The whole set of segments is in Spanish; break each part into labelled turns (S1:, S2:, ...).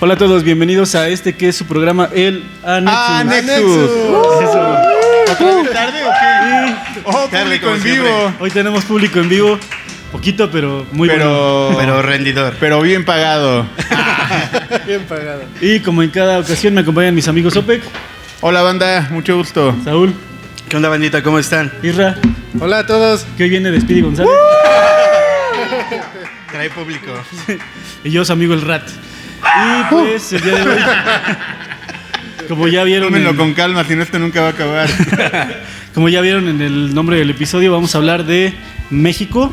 S1: Hola a todos, bienvenidos a este que es su programa El Anexus.
S2: Anexus.
S1: Eso.
S2: ¿Tarde o qué? Ojo,
S3: Tarde,
S2: público
S3: como
S2: en
S3: siempre.
S2: vivo.
S1: Hoy tenemos público en vivo, poquito pero muy bueno.
S2: Pero,
S3: Pero rendidor.
S2: pero bien pagado.
S1: Y como en cada ocasión me acompañan mis amigos OPEC,
S2: Hola banda, mucho gusto.
S1: Saúl,
S3: ¿Qué onda, bandita? ¿Cómo están?
S1: Irra,
S4: Hola a todos.
S1: que hoy viene de Speedy González,
S3: Trae público.
S1: y yo su amigo el Rat. Y pues el día de hoy, como ya vieron,
S2: Tómenlo
S1: en,
S2: con calma, si no esto nunca va a acabar.
S1: como ya vieron en el nombre del episodio, vamos a hablar de México.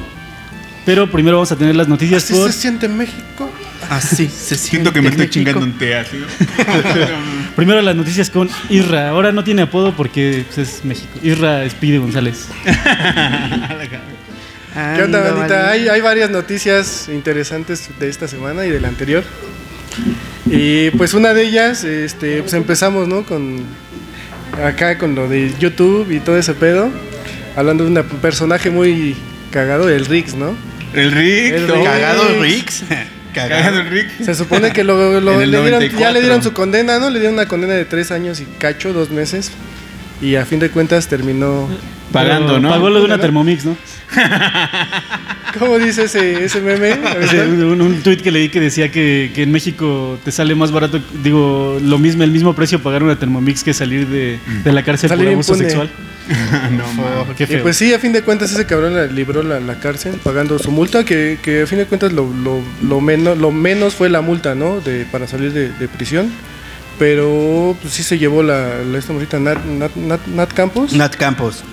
S1: Pero primero vamos a tener las noticias
S3: Ah,
S4: ¿Así
S1: por...
S4: Pues se siente México?
S3: Así se
S2: Siento que me estoy chingando un té así.
S1: Primero las noticias con Irra. Ahora no tiene apodo porque pues, es México. Irra Speedy González.
S4: ¿Qué onda, bandita? Hay, hay varias noticias interesantes de esta semana y de la anterior. Y pues una de ellas, este, pues empezamos, ¿no? Con acá con lo de YouTube y todo ese pedo, hablando de un personaje muy cagado, el Rix, ¿no?
S2: El Rick.
S4: El
S2: todo.
S4: Rick.
S3: Cagado Rix.
S2: Cagado
S3: Cagado.
S2: el Rick.
S4: Se supone que lo, lo-
S2: En el
S4: le dieron- ya
S2: 94.
S4: le dieron su condena, ¿no? Le dieron una condena de tres años y cacho, dos meses. Y a fin de cuentas terminó
S2: Pagando,
S1: Pero
S2: ¿no?
S1: Pagó lo de una Thermomix, ¿no?
S4: ¿Cómo dice ese, ese meme?
S1: Un, un- un tuit que leí que decía que, que en México te sale más barato, digo, lo mismo, el mismo precio pagar una Thermomix que salir de,
S2: Mm.
S1: de la cárcel
S4: Salir
S1: por abuso
S4: impune.
S1: sexual.
S2: No, mames.
S1: Qué
S4: Y
S1: feo.
S4: pues sí, a fin de cuentas ese cabrón la libró la, la cárcel pagando su multa, que, que a fin de cuentas lo, lo, lo, menos, lo menos fue la multa, ¿no? De, para salir de, de prisión. Pero pues, sí se llevó la, la- esta morrita Nat, Nat, Nat- Nat Campos.
S3: Nat Campos.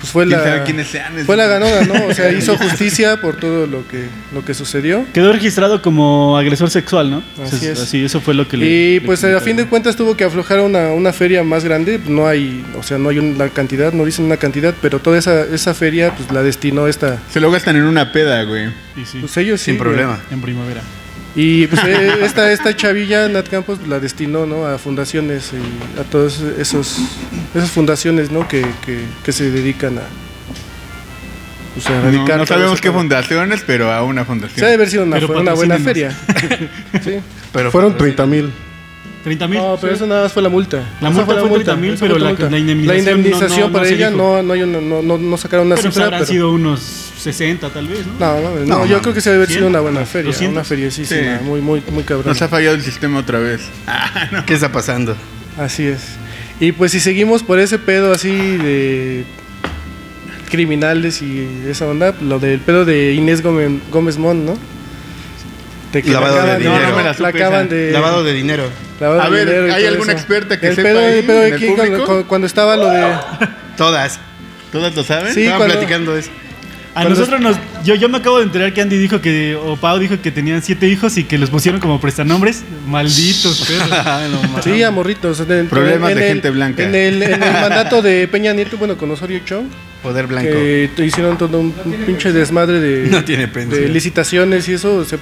S4: Pues fue
S2: ¿Quién
S4: la,
S2: sabe quiénes sean?
S4: fue la ganona, ¿no? O sea, hizo justicia por todo lo que, lo que sucedió.
S1: Quedó registrado como agresor sexual, ¿no?
S4: Así
S1: Entonces,
S4: es.
S1: así, eso fue lo que le.
S4: Y
S1: le
S4: pues a
S1: comentaron.
S4: fin de cuentas tuvo que aflojar una, una feria más grande, no hay, o sea, no hay una cantidad, no dicen una cantidad, pero toda esa, esa feria pues la destinó esta,
S2: Se lo gastan en una peda, güey.
S1: Y sí,
S4: pues ellos
S3: Sin
S4: sí, güey.
S3: problema.
S1: en primavera.
S4: Y pues eh, esta, esta chavilla, Nat Campos, la destinó ¿no? a fundaciones y a todas esos, esas fundaciones ¿no? que, que, que se dedican a, pues, a
S2: No,
S4: erradicar
S2: no
S4: todo
S2: sabemos
S4: ese
S2: qué
S4: pedo.
S2: fundaciones, pero a una
S4: Se ha de
S2: fundación.
S4: haber sido una,
S1: Pero
S4: fue una buena feria.
S1: patrocínenos.
S4: sí.
S3: Pero
S5: Fueron
S2: pues,
S5: 30 mil.
S1: 30 mil.
S4: No, pero eso nada más fue la multa.
S1: La
S4: Esa
S1: multa
S4: la
S1: fue 30,000,
S4: esa fue
S1: pero
S4: tu
S1: la-
S4: multa.
S1: la indemnización
S4: La indemnización
S1: no- no-
S4: para
S1: no se
S4: ella
S1: dijo.
S4: no, no, hay una- no, no, no sacaron una
S1: Pero pues
S4: cifra.
S1: habrán
S4: pero-
S1: sido unos 60 tal vez, ¿no?
S4: No, no, no,
S3: No,
S4: yo
S3: no.
S4: creo que se debe haber sido
S1: 100,
S4: una buena feria.
S1: 200.
S4: Una feriecísima,
S2: Sí.
S4: muy, muy, muy cabrón.
S2: Nos ha fallado el sistema otra vez.
S3: ¿Qué está pasando?
S4: Así es. Y pues si seguimos por ese pedo así de criminales y esa onda, lo del pedo de Inés Gómez, Gómez Mont, ¿no? De
S3: Lavado de
S4: acaban-
S3: dinero.
S4: no, no,
S2: La
S4: la
S2: supe
S4: acaban
S2: esa.
S4: de
S3: Lavado de dinero.
S4: lavado de
S2: A ver,
S4: dinero y
S2: ¿hay
S4: todo
S2: alguna
S4: eso.
S2: experta que
S4: el
S2: sepa
S4: pedo,
S2: ahí,
S4: el pedo
S2: en el
S4: aquí, cuando-
S2: público?
S4: cuando- cuando estaba lo de
S3: Todas.
S2: ¿Todas lo saben?
S4: Sí,
S3: Estaban
S4: cuando-
S3: platicando eso.
S1: A
S4: Cuando
S1: nosotros nos. Yo, yo me acabo de enterar que Andy dijo que. O Pau dijo que tenían siete hijos y que los pusieron como prestanombres. Malditos, perros.
S4: Ah, Sí, a morritos. en el-
S2: Problemas
S4: en
S2: de
S4: el-
S2: gente blanca.
S4: En el, en el mandato de Peña Nieto, bueno, con Osorio Chong,
S3: Poder blanco.
S4: que te hicieron todo un, un pinche desmadre de,
S3: No tiene
S4: de
S3: pensión.
S4: licitaciones y eso, se-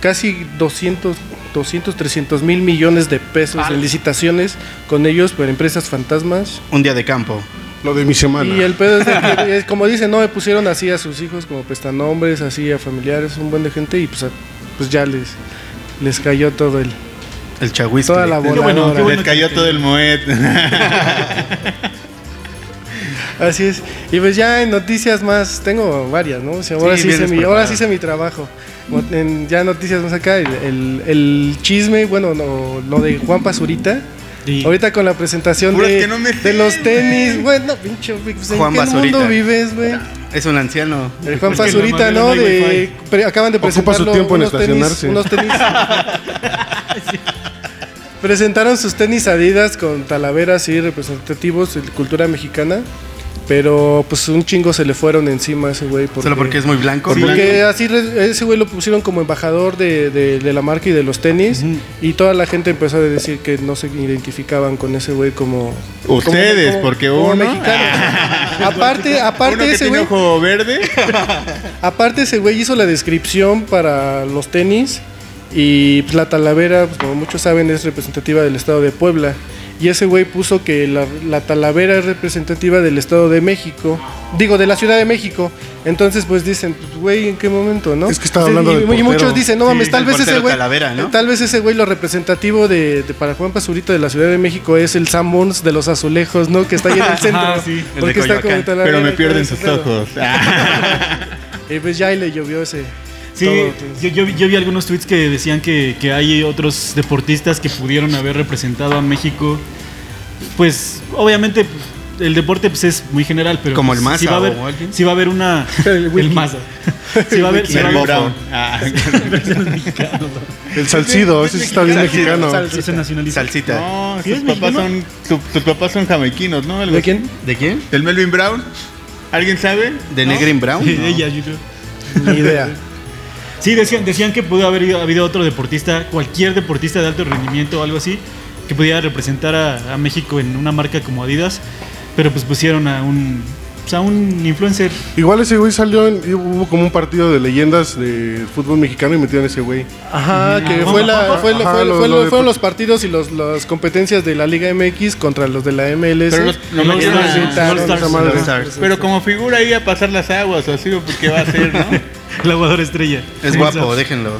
S4: casi 200, 200, 300 mil millones de pesos en licitaciones con ellos por empresas fantasmas.
S3: Un día de campo.
S5: Lo de mi semana.
S4: Y el pedo es, de que, es como dicen, no, me pusieron así a sus hijos como prestanombres, así a familiares, un buen de gente y pues, a- pues ya les, les cayó todo el,
S3: El chagüisco.
S4: toda la
S1: bueno,
S4: bola.
S1: qué bueno
S2: Les cayó todo el moed.
S4: Así es. Y pues ya en noticias más, tengo varias, ¿no? O sea, ahora,
S3: Sí,
S4: sí hice
S3: vienes
S4: mi, ahora
S3: preparado.
S4: sí hice mi trabajo. Mo- en- ya noticias más acá, el, el- el chisme, bueno, no, lo de Juan Pazurita.
S1: Sí.
S4: Ahorita con la presentación
S2: Juras
S4: de,
S2: que no me
S4: de los tenis, güey, no, pinche, güey, pues, ¿en
S3: Juan
S4: qué
S3: Pazurita.
S4: mundo vives, güey?
S3: Es un anciano.
S4: El Juan
S1: Es que
S4: Pazurita,
S1: no,
S4: ¿no?
S1: no hay
S4: De, pre- acaban de
S5: Ocupa su
S4: presentarlo
S5: tiempo en
S4: unos tenis,
S5: estacionarse.
S4: unos tenis. Presentaron sus tenis Adidas con talaveras y representativos de cultura mexicana, pero pues un chingo se le fueron encima a ese güey porque,
S3: Solo porque es muy blanco.
S2: Sí.
S4: porque
S2: blanco.
S4: así re- ese güey lo pusieron como embajador de, de- de la marca y de los tenis y toda la gente empezó a decir que no se identificaban con ese güey como
S2: Ustedes, porque
S4: como
S2: uno-
S4: mexicano. aparte, aparte
S2: Uno que
S4: ese
S2: tiene
S4: güey
S2: ojo verde.
S4: Aparte ese güey hizo la descripción para los tenis y pues, la talavera, pues, como muchos saben, es representativa del estado de Puebla. Y ese güey puso que la, la Talavera es representativa del Estado de México. Digo, de la Ciudad de México. Entonces, pues dicen, pues, güey, ¿en qué momento, no?
S5: Es que estaba
S4: Sí,
S5: hablando
S4: y-
S5: del
S4: y
S5: portero.
S4: muchos dicen, no
S3: Sí,
S4: mames, tal
S3: el
S4: vez ese
S3: portero
S4: güey.
S3: Talavera, ¿no?
S4: Tal vez ese güey lo representativo de, de- para Juan Pazurito de la Ciudad de México es el Sanborns de los Azulejos, ¿no? Que está ahí en el centro.
S1: Ajá, sí, el
S3: Ah, de
S4: porque está como
S3: Coyoacán.
S4: Talavera
S2: Pero me
S4: y todo
S2: pierden
S4: ese
S2: sus
S4: pedo.
S2: ojos. Ah,
S4: Y pues ya ahí le llovió ese.
S1: Sí,
S4: todo. pues.
S1: yo, yo vi- yo vi algunos tweets que decían que, que hay otros deportistas que pudieron haber representado a México. Pues, obviamente, pues, el deporte pues, es muy general, pero.
S3: Como el
S1: pues, sí
S3: Maza
S1: va a haber,
S3: o alguien.
S1: sí va a haber una.
S4: El
S1: El,
S4: Wiki.
S1: Maza. Sí va a haber. sí va a haber-
S2: Mary Brown. Ah,
S5: El salcido, ese sí está bien
S3: Salcido.
S5: mexicano.
S1: Sí, se nacionaliza.
S3: Salsita.
S2: No,
S1: ¿Sí
S2: sus
S1: es
S2: papás son, tu- tus papás son jamaiquinos, ¿no? Algo
S4: ¿De quién?
S3: ¿De quién?
S2: así. ¿Del Melvin Brown? ¿Alguien sabe?
S3: ¿De Negrin Brown?
S1: Sí, ella, yo creo.
S4: Ni idea.
S1: Sí, decían, decían que pudo haber ido- habido otro deportista, cualquier deportista de alto rendimiento o algo así, que pudiera representar a, a México en una marca como Adidas, pero pues pusieron a un, pues, a un influencer.
S5: Igual ese güey salió, en- hubo como un partido de leyendas de fútbol mexicano y metieron a ese güey.
S4: Ajá, que
S1: Ajá.
S4: fue la, fue, la-
S5: Ah, Ajá,
S4: fue-
S5: lo-
S4: fue-
S5: lo de-
S4: fueron los partidos y los, las competencias de la Liga MX contra los de la MLS.
S2: Pero, los- no me
S1: Los
S2: quiero-
S1: Stars,
S4: resultaron
S1: los
S4: esa
S1: Stars,
S5: madre.
S1: los Stars.
S2: pero como figura ahí a pasar las aguas o así, porque va a ser, ¿no?
S1: La jugadora estrella.
S3: Es
S1: Sí,
S3: guapo, ¿eh?
S1: esa.
S3: déjenlo.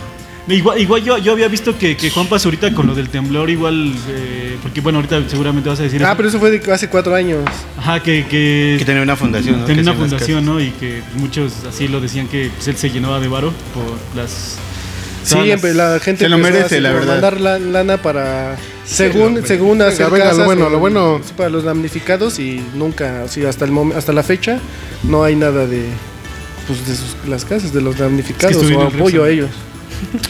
S1: Igual, igual yo, yo había visto que, que Juan ahorita con lo del temblor, igual, eh, porque bueno, ahorita seguramente vas a decir...
S4: Ah,
S1: eso.
S4: pero eso fue de hace cuatro años.
S1: Ajá, que... que
S3: Que tenía una fundación, ¿no?
S1: tenía
S3: Que
S1: una
S3: hacían las
S1: fundación, ¿no? Y que muchos así lo decían que pues, él se llenaba de varo por las
S4: Sí,
S1: Todas las-
S4: empe- la gente
S2: se lo
S4: empezó
S2: merece,
S4: así
S2: la
S4: como
S2: verdad.
S4: mandar la- lana para según según hacer
S5: venga, lo
S4: casas
S5: bueno,
S4: con-
S5: lo bueno.
S4: sí, para los damnificados y nunca, así hasta el mom- hasta la fecha no hay nada de pues de sus- las casas de los damnificados o
S1: estuvieron
S4: apoyo
S1: rezando.
S4: a ellos.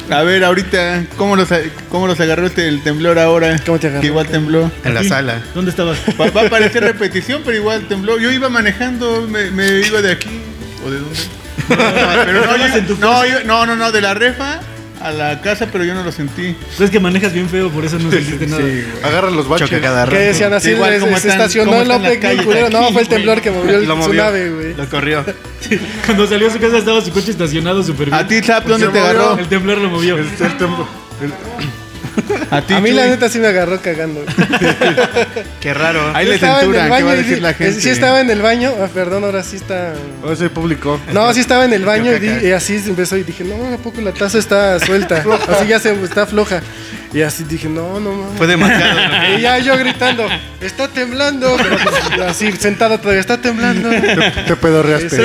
S2: A ver, ahorita, ¿cómo los, a- cómo los agarró este, el temblor ahora?
S4: ¿Cómo te agarró?
S2: Que igual tembló.
S3: En la
S1: Sí.
S3: sala.
S1: ¿Dónde estabas?
S2: Va, va a parecer repetición, pero igual tembló. Yo iba manejando, me, me iba de aquí. ¿O de dónde? Pero no,
S1: Estabas en
S2: yo-
S1: tu
S2: no, yo- no, no, no, de la refa a la casa, pero yo no lo sentí.
S1: Sabes que manejas bien feo, por eso no sentiste nada.
S5: Agarra los baches.
S3: Choca cada
S4: Que
S3: rato.
S4: decían así,
S2: Igual,
S4: se,
S2: ¿cómo
S4: se
S2: están-
S4: estacionó
S2: cómo
S4: en
S2: están las
S4: López,
S2: calles
S4: culero, no,
S2: aquí,
S4: fue el temblor que movió el
S3: Lo movió.
S4: tsunami, güey.
S3: Lo corrió.
S1: Cuando salió a su casa estaba su coche estacionado súper bien.
S2: A ti, Zap,
S4: Pues
S2: ¿dónde
S5: Se
S2: te
S5: movió.
S2: agarró?
S1: El temblor lo movió.
S5: El- el tem- el-
S2: A ti,
S4: A mí la
S2: Chuy.
S4: neta sí me agarró cagando.
S3: Qué raro.
S2: Ahí
S4: Yo
S2: le
S4: estaba en el
S2: censuran, ¿qué
S4: baño
S2: va a
S4: y
S2: decir
S4: di- eh,
S2: la gente?
S4: Sí estaba en el baño, ah, perdón, ahora sí está...
S5: Ahora sí, público.
S4: No, sí estaba en el baño y, di-
S3: caca.
S4: y así empezó y dije, no, ¿a poco la taza está suelta? así ya se está floja. Y así dije, no, no mames.
S2: Pues,
S3: Fue demasiado. ¿no?
S4: Y ya yo gritando, está temblando. Pero pues, así sentado todavía, está temblando.
S5: Te pedorreaste.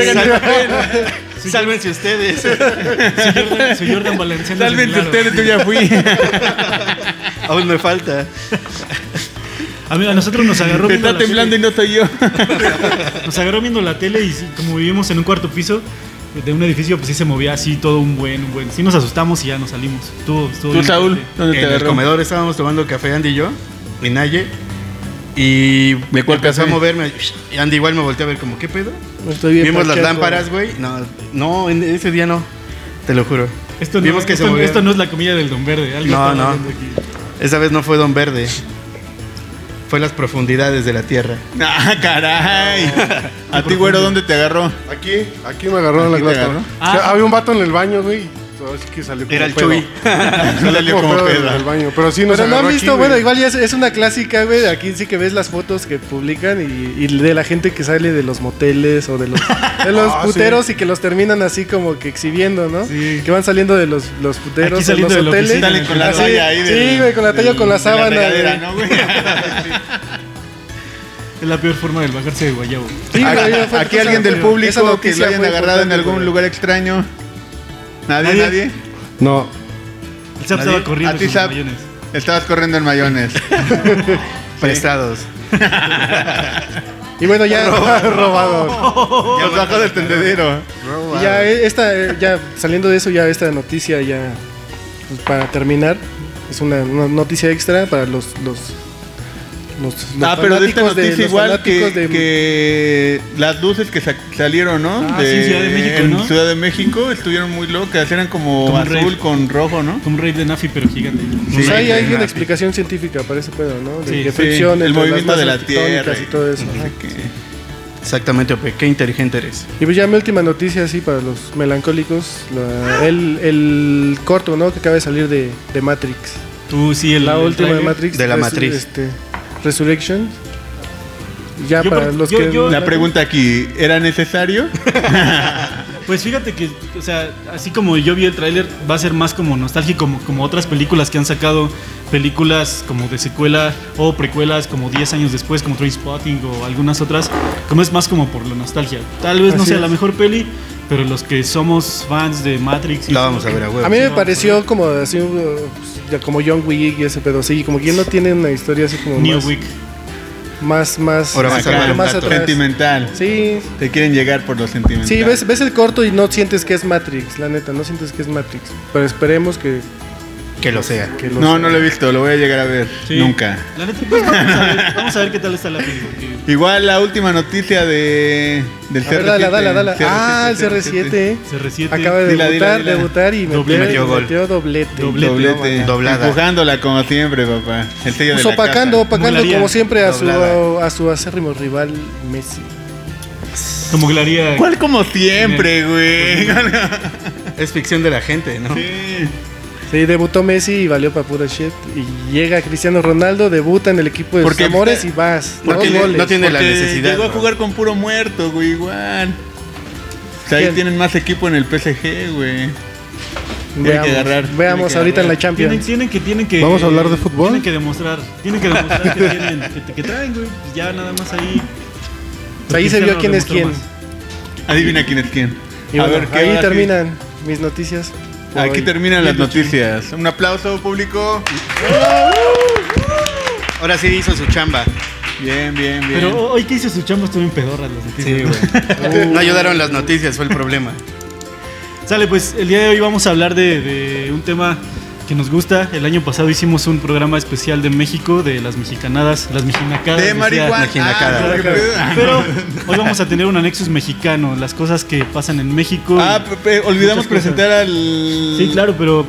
S3: Sálvense ustedes.
S1: Su Jordan, su Jordan Valenciano.
S2: Talmente
S1: sin claro.
S2: ustedes, yo ya fui.
S3: Aún me falta.
S1: A, mí- a nosotros nos agarró
S2: Te
S1: viendo la
S2: está temblando y no soy yo.
S1: tele. Nos agarró viendo la tele y sí, como vivimos en un cuarto piso de un edificio, pues sí se movía así todo un buen, un buen. Sí nos asustamos y ya nos salimos. Estuvo, estuvo
S2: Tú,
S1: bien
S2: Saúl,
S1: fuerte.
S2: ¿dónde te
S3: En el
S2: agarró?
S3: comedor estábamos tomando café Andy y yo, y Naye. Y
S2: ¿De cuál
S3: empezó a
S2: café?
S3: moverme. Y Andy igual me volteó a ver como, ¿qué pedo?
S4: Estoy
S3: Vimos las
S4: parcheco.
S3: lámparas, güey. No, no, en ese día no. Te lo juro.
S1: Esto no,
S3: Vimos que
S1: esto,
S3: se movió.
S1: esto no es la comida del Don Verde. algo
S3: No,
S1: está
S3: no.
S1: pasando aquí.
S3: Esa vez no fue Don Verde. Fue las profundidades de la tierra.
S2: Ah, caray. A ti, güero, ¿dónde te agarró?
S5: Aquí, aquí me agarró en la
S2: Aquí te
S5: glata.
S2: agarró.
S5: O sea, había un vato en el baño, güey. Ahora sí que salió como
S3: Era el
S5: pedo.
S3: Chuy.
S2: Salió como
S5: pedo del
S2: pedo.
S5: baño. Pero sí nos
S4: Pero no
S5: agarró
S4: han
S5: aquí,
S4: visto,
S5: güey.
S4: bueno, igual ya es, es una clásica, güey. Aquí sí que ves las fotos que publican y, y de la gente que sale de los moteles o de los, de los
S5: Ah,
S4: puteros y que los terminan así como que exhibiendo, ¿no?
S1: Sí.
S4: Que van saliendo de los, los puteros
S1: Aquí
S4: o
S1: saliendo
S4: los
S1: de la
S4: hoteles.
S1: oficina.
S2: Salen con la
S4: Así,
S2: toalla ahí.
S4: Sí,
S2: del-
S4: güey, con la toalla
S2: del-
S4: o con la
S2: de
S4: sábana.
S2: regadera,
S4: güey.
S2: ¿no, güey?
S1: Es la peor forma de bajarse de Guayabo.
S4: Sí, güey, esa
S2: Aquí,
S4: foto
S2: aquí
S4: es
S2: alguien del
S4: anterior. Esa
S2: público que lo
S4: noticia
S2: hayan
S4: fue
S2: agarrado en
S4: importante,
S2: algún
S4: güey.
S2: lugar extraño. Nadie,
S1: Nadie.
S2: nadie.
S5: No,
S1: El Zap
S2: Nadie.
S1: estaba corriendo
S2: A ti,
S1: con
S2: Zap.
S1: los mayones.
S2: Estabas corriendo en mayones.
S3: Prestados.
S4: Y bueno, ya,
S5: robado.
S2: Los bajó del tendedero.
S4: y ya esta, eh, ya saliendo de eso, ya esta noticia ya pues, para terminar es una, una noticia extra para los los los- los
S2: Ah, pero de esta
S4: fanáticos
S2: noticia
S4: los
S2: igual que,
S4: fanáticos de-
S2: que las luces que sa- salieron, ¿no?
S1: Ah, sí, en Ciudad de México,
S2: en
S1: ¿no?
S2: Ciudad de México estuvieron muy locas, eran como,
S1: Como un
S2: azul
S1: rave.
S2: con rojo, ¿no?
S1: Como un rey de Nafi, pero gigante.
S4: Pues
S2: Sí,
S4: ahí
S3: de
S4: hay
S3: nada.
S4: una explicación científica para ese pedo, ¿no? De
S1: Sí,
S4: que
S1: sí,
S4: fricción
S2: el
S4: entre las
S2: movimiento de
S4: masas
S2: la tierra
S4: tectónicas y todo eso. ajá.
S3: Exactamente, Ope. Qué inteligente eres.
S4: Y pues ya mi última noticia, así para los melancólicos, la- el, el corto, ¿no? Que acaba de salir de, de Matrix.
S1: Tú sí, el,
S4: La
S1: el
S4: última de
S1: tráiler.
S4: Matrix.
S3: De la
S4: es,
S3: Matriz.
S4: Este, Resurrection. Ya
S1: Yo
S4: para
S1: par-
S4: los
S1: yo-
S4: que.
S1: yo-
S2: La pregunta aquí, ¿era necesario?
S1: Pues fíjate que, o sea, así como yo vi el tráiler, va a ser más como nostálgico, como, como otras películas que han sacado, películas como de secuela o precuelas como 10 años después, como Trainspotting o algunas otras, como es más como por la nostalgia. Tal vez no
S4: Así
S1: sea
S4: es.
S1: la mejor peli, pero los que somos fans de Matrix... y
S3: La
S1: eso,
S3: vamos a ver a huevo.
S4: A mí me
S1: No,
S4: pareció como así, uh, pues, ya como John Wick y ese pedo, sí, como que ya no tiene una historia así como
S1: New
S4: más,
S1: Week.
S4: más, más,
S3: Ahora
S4: más,
S3: vas a hablar un rato.
S4: atrás.
S2: Sentimental.
S4: Sí,
S2: Te quieren llegar por lo sentimental.
S4: sí, ves, ves el corto y no sientes que es Matrix, la neta, no sientes que es Matrix, pero esperemos que,
S3: Que lo sea.
S4: que lo
S2: No, no lo he visto, lo voy a llegar a ver.
S1: Sí.
S2: Nunca.
S1: La neta, pues, vamos, a ver, vamos a ver qué tal está la peli. porque-
S2: Igual la última noticia de, del
S4: A ver, dala, dala, dala. Ah, el CR7. eh.
S1: CR7.
S4: Acaba de
S2: Dila, dila, dila.
S4: debutar, debutar y metió,
S1: Doble.
S3: Metió gol.
S4: metió doblete.
S1: Doble.
S2: Doblete.
S3: Doblada.
S2: Empujándola como siempre, papá. El sello
S4: Pues
S2: de la
S4: opacando,
S2: casa.
S4: opacando
S1: Mularía,
S4: como siempre a su,
S3: doblada.
S4: a su acérrimo rival Messi.
S1: Como que la haría-
S2: ¿Cuál como siempre, güey?
S3: Es ficción de la gente, ¿no?
S4: Sí, debutó Messi y valió para pura shit. Y llega Cristiano Ronaldo, debuta en el equipo de
S2: Porque-
S4: sus amores y vas.
S3: porque
S4: Dos
S3: no
S4: goles.
S3: tiene la
S2: Porque
S3: necesidad,
S2: Llegó a
S3: ¿no?
S2: jugar con puro muerto, güey, igual. O sea, ahí
S4: ¿Quién?
S2: tienen más equipo en el PSG, güey. tiene que
S4: veamos
S2: agarrar, tiene
S4: veamos
S2: que
S4: ahorita en
S2: agarrar.
S4: la
S1: Tienen,
S4: Champions.
S1: tienen que, tienen que. eh,
S5: ¿Vamos a hablar de fútbol?
S1: Tienen que demostrar, tienen que demostrar que tienen, que, que traen, güey. Pues Ya nada más ahí.
S4: Ahí se vio
S1: Cristiano
S4: quién es
S1: demostró
S4: quién.
S1: más.
S2: Adivina quién es quién.
S4: Y bueno, ahí
S2: ahora sí?
S4: terminan mis noticias. por
S2: Aquí
S4: hoy.
S2: terminan las noticias. Un aplauso, público.
S3: Ahora sí hizo su chamba.
S2: Bien, bien, bien.
S1: Pero hoy que hizo su chamba estuvo en pedorra las noticias.
S3: Sí, güey. Uh. No ayudaron las noticias, fue el problema.
S1: Sale, pues el día de hoy vamos a hablar de, de un tema que nos gusta. El año pasado hicimos un programa especial de México, de las mexicanadas, las mexinacadas.
S2: de
S1: oh, decía.
S2: marihuana.
S3: Mejinacada.
S2: Ah, porque-
S1: Pero hoy vamos a tener un anexus mexicano, las cosas que pasan en México.
S2: Ah, pe- pe- olvidamos
S1: Muchas cosas.
S2: presentar al.
S1: sí, claro, pero.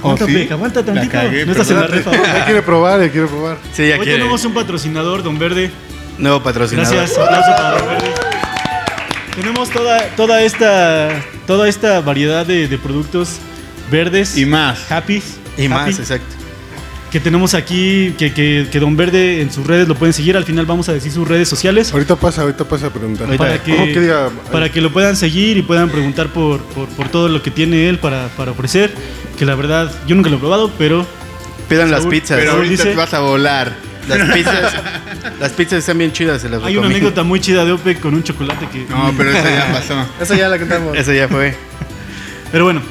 S1: Aguanta,
S2: Oh, sí.
S1: Peca, aguanta
S2: La
S1: tantito.
S2: cagué,
S1: no estás en la
S2: perdónate.
S1: refa.
S5: Ya quiere probar, ya quiere probar.
S3: Sí, ya
S1: Hoy
S3: quiere.
S1: tenemos un patrocinador, Don Verde.
S3: Nuevo patrocinador.
S1: Gracias, aplauso para Don Verde. Tenemos toda, toda esta toda esta variedad de, de productos verdes
S2: Y más.
S1: happy
S3: Y más,
S1: happy,
S3: exacto.
S1: que tenemos aquí que, que- que Don Verde en sus redes lo pueden seguir al final vamos a decir sus redes sociales
S5: Ahorita pasa, ahorita pasa a preguntar.
S3: Ahorita.
S1: para que,
S5: ¿Cómo que diga?
S1: para que lo puedan seguir y puedan preguntar por, por- por todo lo que tiene él para, para ofrecer que la verdad yo nunca lo he probado pero
S3: Pidan las
S1: Saúl,
S3: pizzas.
S2: Pero
S1: Saúl
S2: ahorita
S1: dice-
S2: te vas a volar.
S3: Las pizzas. las pizzas están bien chidas, se las
S1: hay una
S3: recomiendo.
S1: anécdota muy chida de Ope con un chocolate que
S2: No, pero eso ya pasó.
S4: Esa ya la cantamos.
S3: Eso ya fue.
S1: Pero bueno,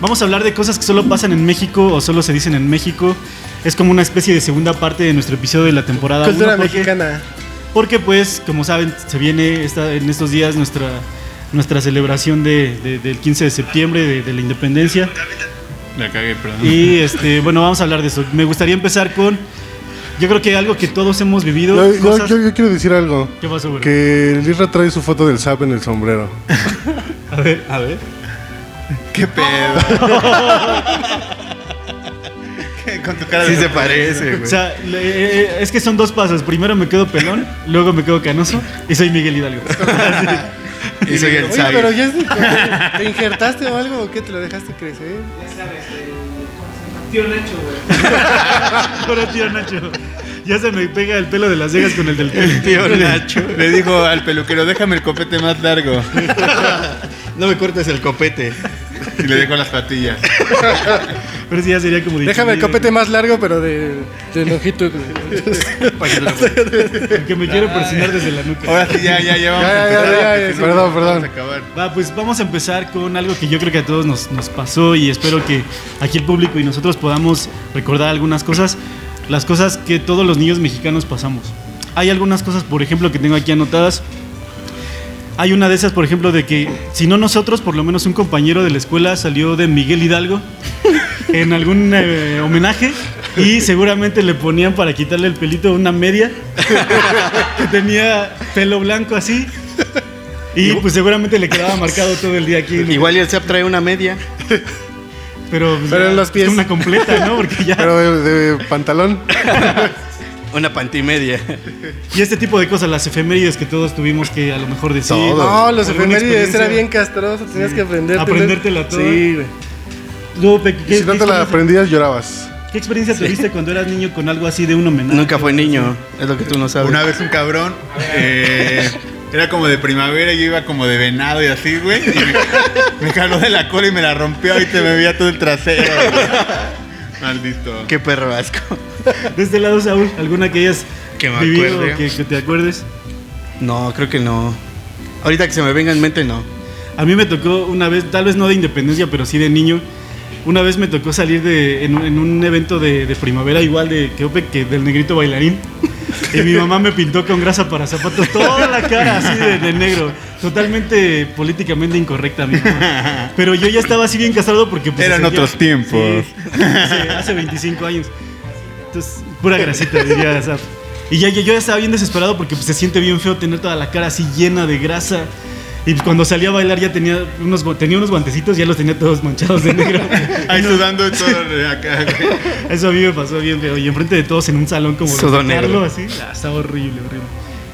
S1: vamos a hablar de cosas que solo pasan en México o solo se dicen en México. Es como una especie de segunda parte de nuestro episodio de la temporada.
S4: Cultura
S1: uno, porque-
S4: mexicana.
S1: Porque pues, como saben, se viene esta- en estos días nuestra, nuestra celebración de- de- del 15 de septiembre de, de la independencia.
S2: La cagué, perdón.
S1: Y este, bueno, vamos a hablar de eso. Me gustaría empezar con, yo creo que algo que todos hemos vivido.
S5: Yo, yo-
S1: cosas-
S5: yo- yo quiero decir algo.
S1: ¿Qué pasó, güey?
S5: Que el Isra trae su foto del SAP en el sombrero.
S1: A ver, a ver.
S2: ¿Qué pedo? ¿Qué? Con tu cara
S3: Sí
S2: de-
S3: se parece,
S1: O
S3: güey.
S1: sea, le- eh, es que son dos pasos. Primero me quedo pelón, luego me quedo canoso y soy Miguel Hidalgo.
S3: Y soy el
S4: Oye, pero
S3: sabio.
S4: ya es- ¿Te injertaste o algo o qué? ¿Te lo dejaste crecer?
S1: Ahora, tío Nacho. Ya se me pega el pelo de las cejas con el del pelo.
S3: Tío Nacho.
S2: Le dijo al peluquero, déjame el copete más largo.
S3: No me cortes el copete.
S2: Y le dejó las patillas.
S1: Pero sí, ya sería como.
S4: Déjame el
S1: distinguido.
S4: copete más largo, pero de, de longitud.
S1: Porque me quiero presionar desde la nuca.
S2: Ahora sí, ya, ya, ya vamos.
S5: Ya,
S2: a
S5: ya,
S2: empezar,
S5: ya, ya,
S2: porque
S5: ya,
S2: si no,
S5: perdón,
S2: vamos
S5: perdón.
S2: a acabar.
S1: Va, pues vamos a empezar con algo que yo creo que a todos nos, nos pasó y espero que aquí el público y nosotros podamos recordar algunas cosas, las cosas que todos los niños mexicanos pasamos. Hay algunas cosas, por ejemplo, que tengo aquí anotadas. Hay una de esas, por ejemplo, de que si no nosotros, por lo menos un compañero de la escuela salió de Miguel Hidalgo en algún eh, homenaje y seguramente le ponían para quitarle el pelito una media que tenía pelo blanco así. Y pues seguramente le quedaba marcado todo el día aquí. ¿no?
S3: Igual y el SAP trae una media.
S1: Pero, pues,
S4: Pero en
S1: ya,
S4: los pies.
S1: Una completa, ¿no? Porque ya.
S5: Pero de, de pantalón.
S3: Una pantimedia.
S1: Y este tipo de cosas, las efemérides que todos tuvimos que a lo mejor decir.
S3: Todos.
S4: No, los
S1: Alguna
S4: efemérides era
S1: experiencia.
S4: bien castroso, tenías que aprenderte.
S1: Aprendértela toda.
S4: Sí, güey.
S1: Luego, Peque,
S5: Y
S1: ¿qué-
S5: si no
S1: qué
S5: te la
S1: historias-
S5: aprendías, llorabas.
S1: ¿Qué experiencia tuviste cuando eras niño con algo así de un homenaje?
S3: Nunca fue niño, es lo que tú no sabes.
S2: Una vez un cabrón eh, era como de primavera y yo iba como de venado y así, güey. y me, me jaló de la cola y me la rompió y te me veía todo el trasero. güey. Maldito.
S3: Qué perro asco.
S1: De este lado, Saúl, ¿alguna que hayas
S3: Que me
S1: vivido
S3: acuerde.
S1: o que, que te acuerdes?
S3: No, creo que no. Ahorita que se me venga en mente, no.
S1: A mí me tocó una vez, tal vez no de independencia, pero sí de niño. Una vez me tocó salir de, en, un- en un evento de, de primavera, igual de que, Ope, que del negrito bailarín. Y mi mamá me pintó con grasa para zapatos toda la cara así de, de negro. Totalmente políticamente incorrecta, mi mamá. Pero yo ya estaba así bien casado porque. pues,
S2: Eran
S1: se sentía-
S2: otros tiempos.
S1: Sí, hace, hace 25 años. Entonces, pura grasita, diría Zap. Y ya, ya- yo ya estaba bien desesperado porque pues, se siente bien feo tener toda la cara así llena de grasa. Y cuando salí a bailar ya tenía unos, gu- tenía unos guantecitos, ya los tenía todos manchados de negro.
S2: Ahí sudando y todo de acá, güey.
S1: Eso a mí me pasó bien feo. Y enfrente de todos en un salón como de
S3: Sudor
S1: sacarlo
S3: negro.
S1: así. ah, estaba horrible, horrible.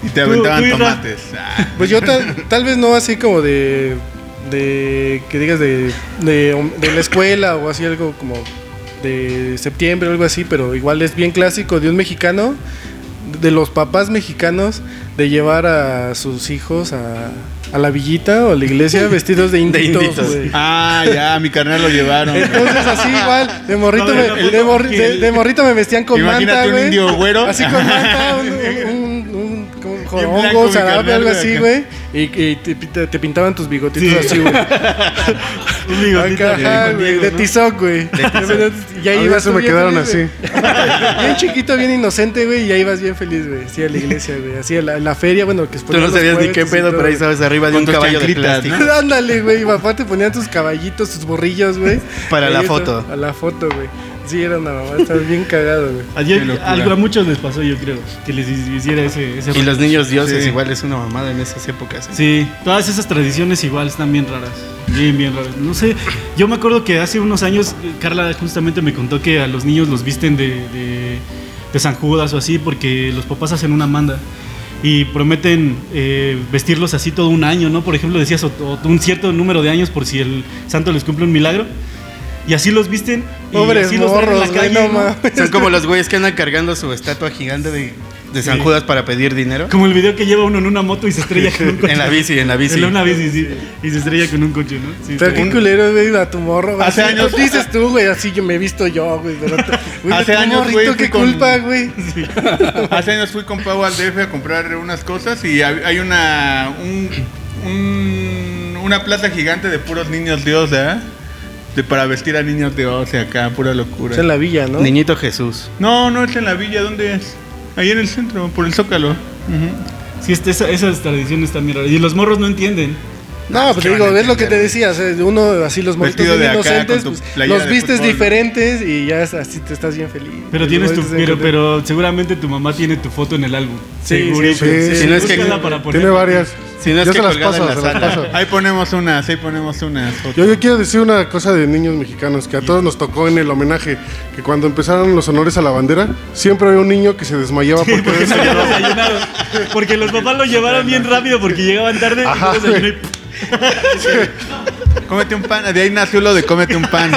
S2: Y te
S1: Tú- tú
S2: aventaban
S1: y Ra-
S2: tomates. Ah,
S4: Pues yo tal, tal vez no así como de, de que digas de, de, de la escuela o así algo como de septiembre o algo así, pero igual es bien clásico de un mexicano, de los papás mexicanos, de llevar a sus hijos a, a la villita o a la iglesia vestidos de inditos.
S3: inditos.
S4: güey.
S2: Ah, ya, a mi carnal lo llevaron. güey.
S4: Entonces así igual, de morrito,
S1: No,
S4: me,
S1: no, no,
S4: de,
S1: no,
S4: morri-
S1: que-
S4: de- de morrito me vestían con
S2: Imagínate
S4: manta,
S2: un
S4: güey.
S2: indio güero.
S4: Así con manta, un, un, un- un- un jorongo,
S2: blanco, mi
S4: zarape,
S2: carnal,
S4: algo
S2: güey,
S4: así,
S2: acá.
S4: güey. Y, y te, te- te pintaban tus bigotitos
S1: Sí.
S4: así, güey.
S1: Un bigotito
S4: Acá, ajá,
S1: de-
S4: güey,
S1: Diego,
S4: de
S1: ¿no?
S4: tizoc, güey. Y ahí
S5: A mí
S4: ibas
S5: se
S4: tú
S5: me
S4: bien
S5: quedaron
S4: feliz,
S5: así.
S4: güey. Bien chiquito, bien inocente, güey, y ahí vas bien feliz, güey. Sí, a la iglesia, güey. Así a la, la feria, bueno, que
S3: Tú no sabías ni qué pedo, pero ahí
S4: sabes.
S3: estabas arriba de
S2: Con
S3: un
S2: tus
S3: caballo de
S2: chanclitas,
S3: plástico.
S2: ¿no?
S4: Ándale, güey. Y aparte ponían tus caballitos, tus borrillos, güey.
S3: Para
S4: Ahí
S3: la
S4: está,
S3: foto.
S4: A la foto, güey. Sí, era una mamá. Estaba bien cagado, güey.
S1: A, yo-
S2: Qué locura.
S1: algo a muchos les pasó, yo creo, que les hiciera ese... ese
S3: Y los niños dioses
S1: Sí.
S3: igual es una mamada en esas épocas. ¿eh?
S1: Sí, todas esas tradiciones igual están bien raras. Bien, bien raras. No sé, yo me acuerdo que hace unos años eh, Carla justamente me contó que a los niños los visten de, de, de San Judas o así porque los papás hacen una manda y prometen eh, vestirlos así todo un año, ¿no? Por ejemplo, decías o- o un cierto número de años por si el santo les cumple un milagro. Y así los visten y
S4: Pobres
S1: así los traen
S4: morros, güey, no
S1: ¿no?
S4: mames.
S3: Son como los güeyes que andan cargando su estatua gigante de, de San
S1: Sí.
S3: Judas para pedir dinero.
S1: Como el video que lleva uno en una moto y se estrella con un coche.
S3: En la bici, en la bici.
S1: En una bici, sí. Y se estrella con un coche, ¿no? Sí,
S4: Pero
S1: está
S4: qué
S1: bien.
S4: culero, güey, a tu morro. güey.
S2: Hace
S4: Así,
S2: años-
S4: pues, dices tú, güey, así yo me he visto yo, güey. Pero tú- güey,
S2: Hace
S4: tu
S2: años,
S4: morrito,
S2: güey, fui
S4: qué
S2: con-
S4: culpa, güey.
S2: Hace años fui con Pau al DF a comprar unas cosas y hay hay una un- un- una plaza gigante de puros niños dios, ¿eh? De para vestir a niños dios y acá, pura locura.
S4: Es Pues en la villa, ¿no?
S3: Niñito Jesús.
S2: No, no es en la villa, ¿dónde es? Ahí en el centro, por el Zócalo.
S1: Sí, este, esa- esas tradiciones también raras. Y los morros no entienden.
S4: No, pues
S3: ¿qué
S4: te digo,
S3: van a
S4: es lo que te
S3: entender?
S4: decía, o sea, uno así los morritos
S2: Vestido
S4: bien
S2: de acá,
S4: inocentes,
S2: con tu
S4: pues,
S2: playera
S4: los
S2: de
S4: vistes
S2: fútbol, ¿no?
S4: diferentes y ya es- así te estás bien feliz.
S1: Pero
S4: Y
S1: tienes tu,
S4: los morritos
S1: pero,
S4: bien contentos.
S1: pero seguramente tu mamá tiene tu foto en el álbum.
S4: Sí,
S1: Segurito.
S5: sí, sí, sí. Si no
S3: es que-
S1: Búscala para
S5: Tiene
S1: ponerla.
S5: varias.
S3: Si no es
S5: yo
S3: que
S5: se las
S3: colgada
S5: paso,
S3: en
S5: se
S3: la
S5: las
S3: sala.
S5: paso.
S2: Ahí ponemos unas, ahí ponemos unas.
S5: Yo, yo quiero decir una cosa de niños mexicanos que a todos nos tocó en el homenaje, que cuando empezaron los honores a la bandera, siempre había un niño que se desmayaba porque,
S1: Porque se habían desayunado. Porque los papás lo llevaron bien rápido porque llegaban tarde. y no
S5: Ajá,
S1: desayunó y-
S2: Cómete un pan, de ahí nació lo de cómete un pan.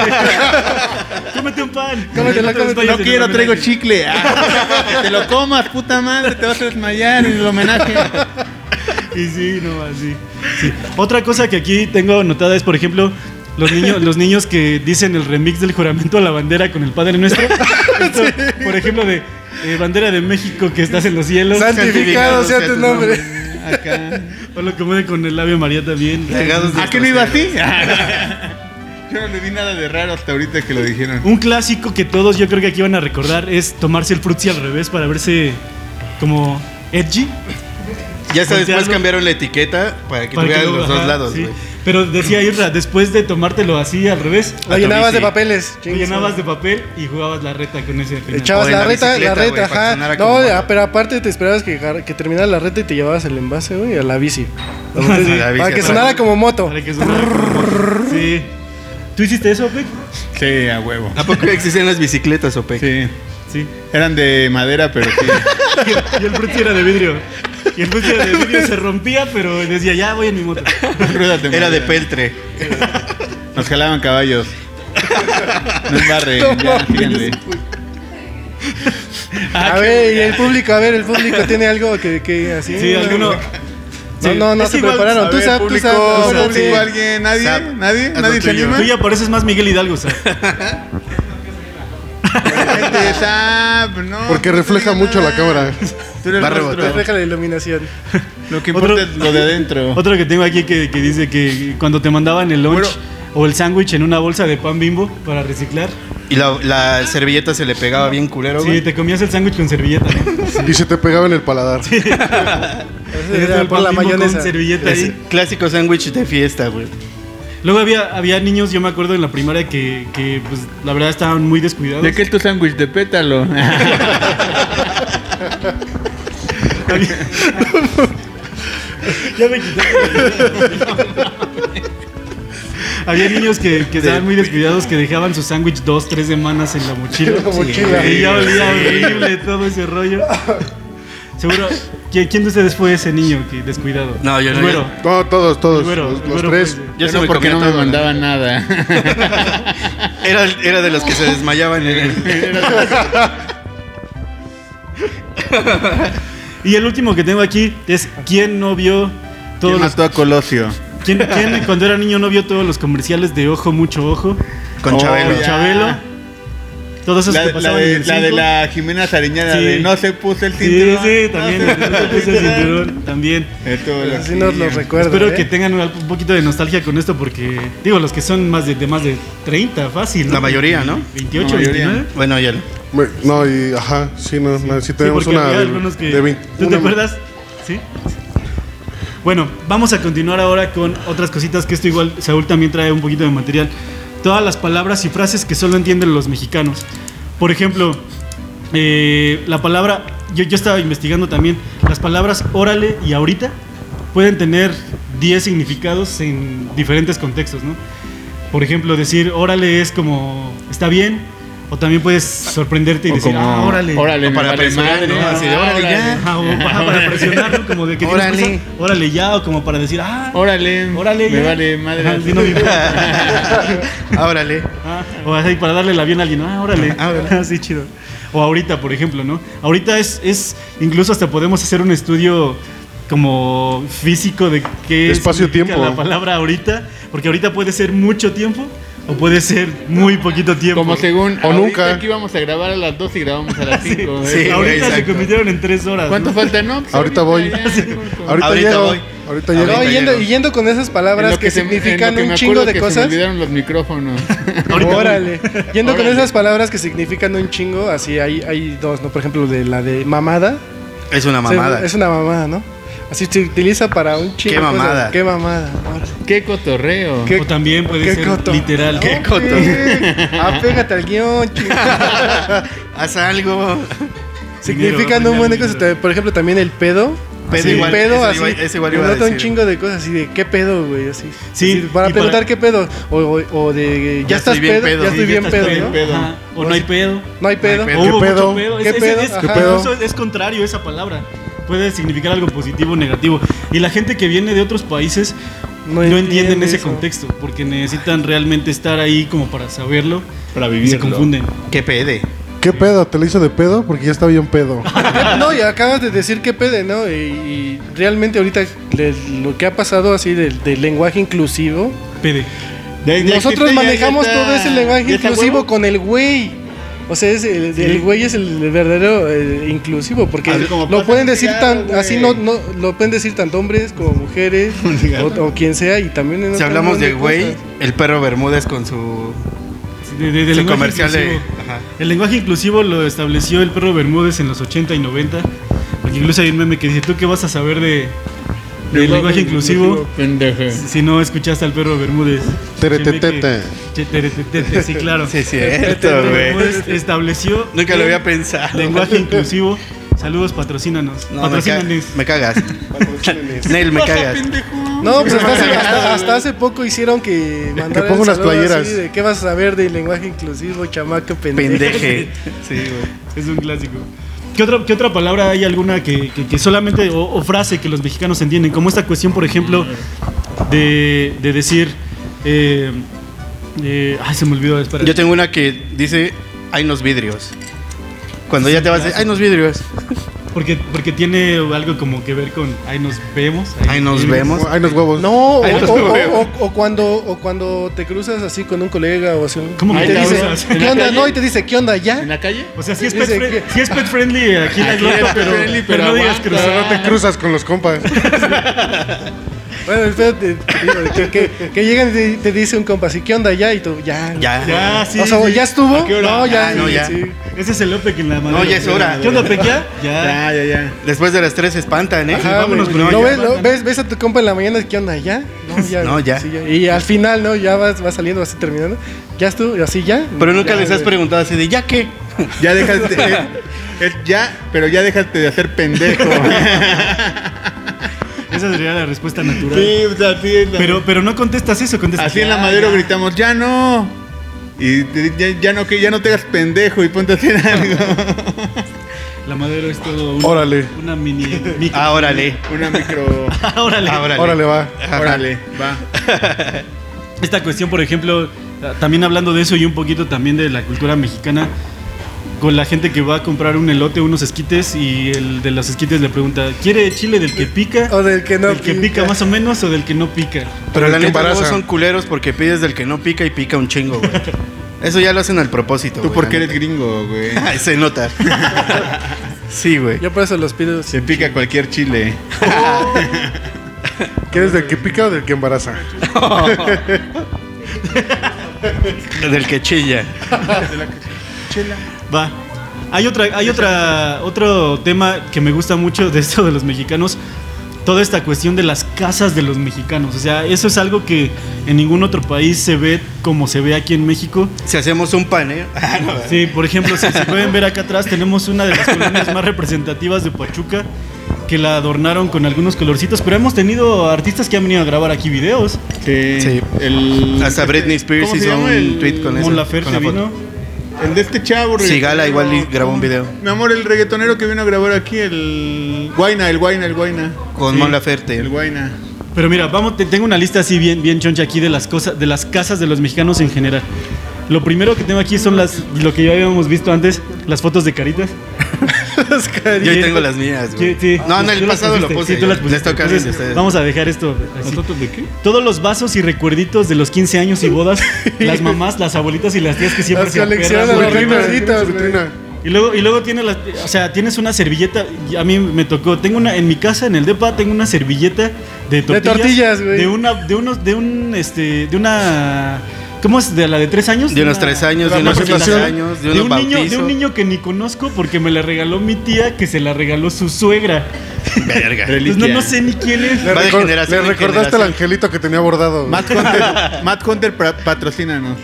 S1: Cómete un pan.
S4: Cómetelo,
S1: No te
S4: cómetelo.
S1: desmayes
S2: no
S1: en el
S2: quiero,
S1: homenaje.
S2: traigo chicle. Ah, que te lo comas, puta madre, te vas a desmayar en el homenaje.
S1: Y sí, no, así. Sí. Otra cosa que aquí tengo anotada es, por ejemplo, los niños, los niños que dicen el remix del juramento a la bandera con el Padre Nuestro. Esto, Por ejemplo, de eh, Bandera de México que estás en los cielos.
S4: Santificado sea tu nombre.
S2: Acá.
S1: O lo comen con el labio María también.
S3: Pegados de
S2: ¿A qué no iba así?
S3: trasero.
S2: Yo no le vi nada de raro hasta ahorita que lo dijeron.
S1: Un clásico que todos yo creo que aquí van a recordar es tomarse el frutzi al revés para verse como edgy.
S3: Ya hasta después
S1: Voltearlo.
S3: cambiaron la etiqueta para que
S1: Para que
S3: tuvieran
S1: luego-
S3: los dos
S1: ajá,
S3: lados,
S1: sí.
S3: güey.
S1: Pero decía Irra, después de tomártelo así al revés,
S4: Lo
S3: A tu
S4: llenabas de
S3: bici.
S4: papeles.
S1: te llenabas de papel y jugabas la reta con ese. al final.
S4: Echabas
S3: O en
S4: la
S3: la
S4: reta, la
S3: bicicleta,
S4: reta,
S3: güey, para
S4: ajá.
S3: que sonara
S4: No,
S3: como-
S4: ah, pero aparte te esperabas que, gar- que terminara la reta y te llevabas el envase, güey, a la bici. Entonces,
S3: A la
S4: para
S3: bici
S4: Ah, que
S3: atrás.
S4: sonara como moto.
S1: Para que sonara como- Sí. ¿Tú hiciste eso, Peck?
S2: Sí, a huevo.
S3: ¿A poco existen las bicicletas, Ope?
S2: Sí.
S1: Sí.
S2: Eran de madera, pero sí.
S1: Y el, y el frutzi era de vidrio. Y el frutzi era de vidrio, se rompía, pero decía, ya voy en mi moto.
S2: Ruedas
S3: Era de
S2: madera.
S3: peltre.
S2: Nos jalaban caballos. No embarren, ya, síganle. Ah,
S4: a
S2: qué
S4: ver, y el público, a ver, el público tiene algo que, que así.
S1: Sí, alguno.
S4: No, no, no
S1: Es
S4: se
S1: igual,
S4: prepararon.
S2: A
S4: Tú
S2: ver,
S4: sabes, tú
S2: público,
S4: sabes,
S1: tú sabes,
S2: público,
S1: sí.
S2: alguien, nadie,
S3: Sab-
S2: nadie,
S3: haz lo
S2: nadie se
S3: tuyo.
S2: anima.
S1: Tú ya pareces más Miguel Hidalgo, o sea.
S2: Este, sab, no,
S5: Porque
S2: no
S5: refleja
S2: digas
S5: mucho
S2: nada.
S5: la cámara.
S2: Tú eres
S3: Va a
S2: el rostro.
S3: rebotar.
S4: Refleja la iluminación.
S2: Lo que importa
S1: Otro-
S2: es lo de adentro.
S1: Otro que tengo aquí que, que dice que cuando te mandaban el lunch o el sándwich en una bolsa de pan bimbo para reciclar,
S3: Y la, la servilleta se le pegaba bien culero,
S1: sí,
S3: güey.
S1: te comías el sándwich con servilleta. ¿no?
S5: Y se te pegaba en el paladar.
S1: Tenías
S4: Era
S1: el
S4: por
S1: pan
S4: la
S1: bimbo con
S4: mayonesa.
S1: servilleta
S3: Es
S1: ahí.
S3: clásico sándwich de fiesta, güey.
S1: Luego había, había niños, yo me acuerdo en la primaria, que, que, pues, la verdad estaban muy descuidados.
S2: ¿De qué es tu sándwich de pétalo?
S1: Ya me quitaste. Había niños que, que estaban muy descuidados que dejaban su sándwich dos, tres semanas en la mochila.
S5: En la mochila.
S1: Y ya olía horrible todo ese rollo. Seguro. ¿Quién, quién de ustedes fue ese niño que descuidado?
S3: No, yo no,
S1: Güero.
S5: No, todos, todos.
S1: Güero,
S5: los los
S1: güero pues, fue
S5: tres.
S1: ese.
S3: Yo
S2: Yo
S3: sí
S2: no,
S3: me
S2: porque
S3: comía
S2: no me
S3: todo, la
S2: mandaba nada.
S3: Era, era de los que se desmayaban en
S1: Y el último que tengo aquí es ¿Quién no vio todos los,
S2: ¿Quién mató a Colosio?
S1: ¿quién, quién cuando era niño no vio todos los comerciales de Ojo, Mucho Ojo?
S3: con
S2: Oh,
S3: Chabelo.
S1: Con
S2: ya.
S1: Chabelo. Todos esos
S2: La,
S1: que
S2: la
S1: pasaban en
S2: de,
S1: el
S2: la de
S1: cinco.
S2: la Jimena Sariñana,
S1: Sí.
S2: de no se puso el
S1: Sí,
S2: cinturón.
S1: sí, también.
S2: No se puso el cinturón.
S1: también.
S2: Esto lo
S4: Así nos lo
S2: hacía.
S4: recuerda.
S1: Espero
S4: ¿eh?
S1: que tengan un, un poquito de nostalgia con esto porque, digo, los que son más de, de más de 30, fácil. ¿no?
S3: La mayoría, ¿no?
S1: 28,
S2: La mayoría.
S1: 29.
S3: Bueno, ya.
S5: Me- No, y ajá, sí, no, no, sí tenemos
S1: porque
S5: una
S1: había
S5: de,
S1: algunos que-
S5: de 20.
S1: ¿Tú te
S5: una-
S1: acuerdas? Sí. Bueno, vamos a continuar ahora con otras cositas que esto igual Saúl también trae un poquito de material. Todas las palabras y frases que solo entienden los mexicanos. Por ejemplo, eh, la palabra, yo, yo estaba investigando también, las palabras órale y ahorita pueden tener 10 significados en diferentes contextos, ¿no? Por ejemplo, decir órale es como está bien, o también puedes sorprenderte y
S2: O
S1: decir
S2: como,
S1: ah, órale.
S2: Órale,
S3: O
S2: me
S3: para
S2: vale
S3: presionar,
S2: madre,
S3: ¿no?
S2: ah,
S3: Así de, órale, ya.
S1: Ajá, o ajá, para presionar, ¿no? como de que tienes
S3: Órale.
S1: prisa, órale ya, o como para decir, ah,
S2: Órale,
S1: órale
S2: me
S1: ya.
S2: vale madre.
S1: Ajá, sí, no me importa.
S3: Árale.
S1: Ah, o así para darle el avión a alguien, ah, órale,
S3: Ah, órale.
S1: así chido. O ahorita, por ejemplo, ¿no? Ahorita es, es, incluso hasta podemos hacer un estudio como físico de qué
S5: Espacio-tiempo.
S1: significa la palabra ahorita, porque ahorita puede ser mucho tiempo o puede ser muy poquito tiempo.
S2: Como según.
S5: O
S2: ahorita
S5: nunca.
S2: Aquí íbamos a grabar a las 2 y grabamos a las 5.
S3: sí, güey,
S1: ahorita se
S3: exacto.
S1: convirtieron en tres horas.
S2: ¿Cuánto
S1: ¿no?
S2: falta? No, pues
S5: Ahorita voy.
S2: ya,
S1: Sí.
S2: Julio.
S5: Ahorita,
S3: Ahorita
S5: llego.
S3: voy.
S5: Ahorita
S3: Ahorita
S5: llego.
S4: No,
S3: Ahorita
S4: yendo,
S3: llego.
S4: y yendo con esas
S2: En
S4: palabras
S2: lo
S4: que,
S2: se- en lo
S4: significan
S2: que me
S4: un chingo
S2: acuerdo
S4: de
S2: que Se me
S4: cosas.
S2: olvidaron los micrófonos.
S1: Ahorita voy.
S4: Órale. Yendo con
S2: Órale.
S4: esas palabras que significan un chingo, así hay, hay dos, ¿no? Por ejemplo, de la de mamada.
S3: Es una
S4: O sea,
S3: mamada.
S4: Es una mamada, ¿no? Así se utiliza para un chingo.
S3: Qué
S4: de cosas.
S3: mamada.
S4: Qué mamada. órale.
S2: Qué cotorreo.
S4: Qué-
S1: O también puede
S4: qué
S1: ser
S4: coto.
S1: literal.
S4: No,
S1: ¿Qué?
S3: coto.
S4: güey. Apégate al guión, chingo.
S3: Haz algo.
S4: Significan un buen de cosas. También- Por ejemplo, también el pedo.
S3: Pedo
S4: Sí,
S3: igual,
S4: pedo
S3: eso
S4: así.
S3: igual- eso igual iba a
S4: denota un
S3: decir.
S4: chingo de cosas así de qué pedo, güey, así.
S1: Sí,
S4: Así, para
S1: y para-
S4: preguntar qué pedo o, o- o de ya,
S3: Ya
S4: estás
S3: estoy bien
S4: pedo,
S3: pedo.
S4: ya
S3: Sí,
S4: estoy
S3: ya
S4: bien
S1: estás
S4: pedo,
S1: bien
S4: ¿no?
S1: pedo. Ajá. O no hay pedo.
S4: No hay pedo.
S3: pedo.
S1: O
S5: ¿Qué
S1: hubo
S5: pedo?
S1: mucho pedo.
S4: ¿Qué
S1: Ese- ese-
S4: pedo?
S1: es-
S4: Ajá.
S1: pero eso es contrario esa palabra. Puede significar algo positivo o negativo. Y la gente que viene de otros países no,
S4: No
S1: entienden
S4: entiende
S1: ese
S4: eso.
S1: contexto porque necesitan realmente estar ahí como para saberlo.
S2: Para
S1: Y se confunden.
S3: Qué pede.
S5: ¿Qué pedo? ¿Te lo hizo de pedo? Porque ya está bien pedo.
S4: No, y acabas de decir qué pedo, ¿no? Y, y realmente ahorita le- lo que ha pasado así del del lenguaje inclusivo,
S1: Pede.
S4: Nosotros manejamos todo ese lenguaje inclusivo con el güey. O sea, es el,
S1: Sí.
S4: el güey es el verdadero eh, inclusivo, porque
S2: Así como
S4: lo
S2: pata
S4: pueden decir
S2: tirada,
S4: tan,
S2: güey.
S4: así no, no, lo pueden decir tanto hombres como mujeres o, o quien sea y también en
S3: Si
S4: otro
S3: hablamos
S4: montón
S3: de güey,
S4: cosas.
S3: el perro Bermúdez con su,
S1: De- de- de
S3: su
S1: lenguaje
S3: comercial de.
S1: inclusivo.
S3: Ajá.
S1: El lenguaje inclusivo lo estableció el perro Bermúdez en los 80 y 90. Porque incluso hay un meme que dice, ¿tú qué vas a saber de, de lenguaje inclusivo?
S2: Pendeje.
S1: Si no escuchaste al perro Bermúdez.
S5: Teretetete.
S1: Che, teretetete, sí, claro.
S3: Sí,
S1: Teretetete
S3: cierto, güey.
S1: Bermúdez estableció
S3: Nunca lo
S1: el
S3: había pensado.
S1: lenguaje inclusivo. Saludos, patrocínanos.
S3: No, me, ca-
S1: Patrocínanos.
S3: me cagas. Nel, me cagas.
S4: No, pues hasta hace, hasta- hasta hace poco hicieron que mandaran
S5: ponga unas
S4: saludos así
S5: playeras.
S4: de qué vas a saber del lenguaje inclusivo, chamaco pendejo.
S3: Pendeje. Sí, güey.
S1: Es un clásico. ¿Qué otra, qué otra palabra hay alguna que, que- que solamente, o, o frase que los mexicanos entienden? Como esta cuestión, por ejemplo, de, de decir... eh, eh, ay, se me olvidó, espera.
S3: Yo tengo una que dice: hay unos vidrios. Cuando ya te vas a decir, ay, nos vidrios.
S1: Porque, porque tiene algo como que ver con ahí nos vemos.
S3: Ahí nos
S1: vivimos".
S3: vemos.
S5: Hay unos huevos.
S4: No, o,
S3: Ahí los
S4: o-
S3: veo.
S4: o- o cuando, o cuando te cruzas así con un colega o así.
S1: ¿Cómo
S4: y
S1: que
S4: te
S1: te
S4: dice,
S1: cruzas?
S4: ¿qué
S1: ¿En la
S4: onda?
S1: calle?
S4: No, y te dice, ¿qué onda
S6: ¿En
S4: ya?
S6: la calle?
S1: O sea, sí es,
S4: Dice
S1: pet friendly,
S4: que-
S1: sí es pet friendly aquí en la
S6: Aquí
S1: Gloto,
S6: es pet
S1: pero,
S6: friendly,
S1: pero
S6: pero
S1: no digas
S6: aguanta.
S1: cruzado.
S5: Te cruzas con los compas.
S4: Bueno, espérate, digo, que, que- que llegan y te, te dice un compa así, ¿qué onda ya? Y tú, ya.
S3: Ya.
S1: Ya, sí.
S4: o sea,
S1: sí.
S4: ¿ya estuvo?
S1: ¿A qué hora?
S4: No, ya.
S3: Ah, no,
S4: sí,
S3: ya.
S4: sí.
S1: Ese es el Lope que en la madera.
S3: ya es hora.
S1: ¿Qué onda, Pequia? Ya.
S2: Ya, ya, ya.
S3: Después de las tres se espantan, ¿eh?
S4: Ajá,
S1: vámonos
S4: güey.
S1: con
S4: ¿No
S1: ella.
S4: ves, lo- ves, ves a tu compa en la mañana, ¿qué onda? ¿Ya? No, ya.
S3: No,
S4: güey,
S3: ya.
S4: sí, Y al final, ¿no? Ya vas, vas saliendo, vas terminando. ¿Ya estuvo? ¿Y así ya?
S3: Pero nunca les has
S4: güey.
S3: preguntado así de, ¿ya qué?
S2: Ya dejaste. es- es ya, pero ya dejaste de hacer pendejo.
S1: Esa sería la respuesta natural.
S2: sí, o sea, así es la-
S1: Pero, pero no contestas eso, contestas.
S2: así en
S1: "Ya,
S2: la madera
S1: ya".
S2: gritamos, ya no. Y te- ya, ya no que ya no te hagas pendejo y ponte a hacer algo.
S1: La madera es todo un-
S5: Órale.
S1: una mini. micro-
S3: Ah, órale.
S2: Una micro.
S1: Ah, órale.
S3: Ah, órale.
S5: Órale, va.
S2: Órale, va.
S1: Esta cuestión, por ejemplo, ah, también hablando de eso y un poquito también de la cultura mexicana, con la gente que va a comprar un elote, unos esquites, y el de los esquites le pregunta, ¿quiere chile del que pica?
S4: O del que no
S1: ¿Del que pica más o menos o del que no pica?
S3: Pero
S5: El
S3: la
S5: que
S3: neta luego
S5: embaraza.
S3: son culeros porque pides del que no pica y pica un chingo, güey. Eso ya lo hacen al propósito,
S2: Tú
S3: güey,
S2: porque
S3: la
S2: eres gringo, güey.
S3: neta. Ay, se nota. sí, güey.
S4: Yo por eso los pido.
S2: Se pica cualquier chile.
S5: ¿Quieres del que pica o del que embaraza?
S3: Del que chilla.
S1: Va. Hay otra, hay otra, otro tema que me gusta mucho de esto de los mexicanos. Toda esta cuestión de las casas de los mexicanos. O sea, eso es algo que en ningún otro país se ve como se ve aquí en México.
S3: Si hacemos un ¿eh? paneo.
S1: Sí, por ejemplo, si se pueden ver acá atrás, tenemos una de las colonias más representativas de Pachuca, que la adornaron con algunos colorcitos, pero hemos tenido artistas que han venido a grabar aquí videos.
S2: Sí.
S3: Sí.
S2: El,
S3: Hasta Britney Spears
S2: ¿Cómo se
S3: hizo
S2: llama
S3: un
S2: el-
S3: tweet con eso.
S1: Mon Laferte
S3: con la foto.
S1: vino.
S2: El de este chavo,
S3: Sigala
S2: reggaetonero.
S3: igual y grabó un video.
S2: Mi amor, el reggaetonero que vino a grabar aquí, el. Guaina, el Guaina, el Guaina.
S3: Con
S1: Sí.
S3: Mon
S2: El
S3: Laferte.
S2: Guaina.
S1: Pero mira, vamos, te- tengo una lista así bien, bien choncha aquí de las cosas, de las casas de los mexicanos en general. Lo primero que tengo aquí son las, lo que ya habíamos visto antes, las fotos de caritas.
S3: Yo ahí tengo las mías, güey.
S1: Sí, sí.
S3: No, en el
S1: Tú las
S3: pasado lo
S1: pusiste,
S3: puse.
S1: sí, tú las
S3: Les
S1: pusiste.
S3: toca a
S1: Entonces,
S3: ustedes.
S1: Vamos a dejar esto. así.
S6: de qué?
S1: Todos los vasos y recuerditos de los 15 años y bodas, las mamás, las abuelitas y las tías que siempre
S4: Las
S1: se
S4: coleccionan,
S1: aperran,
S4: las
S1: güey.
S5: Vitrina,
S4: recuerditos, güey.
S5: vitrina.
S1: Y luego, y luego tienes, o sea, tienes una servilleta. y A mí me tocó. Tengo una en mi casa, en el depa, tengo una servilleta de tortillas.
S4: tortillas, güey.
S1: De una, de unos, de un, este, de una. ¿Cómo es? De la de tres años.
S3: De unos
S1: Una-
S3: tres años,
S1: una
S3: de unos
S1: presentación.
S3: quince años, de
S1: De
S3: unos
S1: un niño, de
S3: bautizos.
S1: un niño que ni conozco porque me la regaló mi tía, que se la regaló su suegra.
S3: Verga.
S1: Entonces, Pues no, no sé ni quién es.
S5: Le,
S3: Va de
S5: recor-
S3: generación
S5: le
S3: en
S5: recordaste al
S3: generación.
S5: angelito que tenía bordado. güey.
S2: Matt Hunter, Matt Hunter pra- patrocínanos.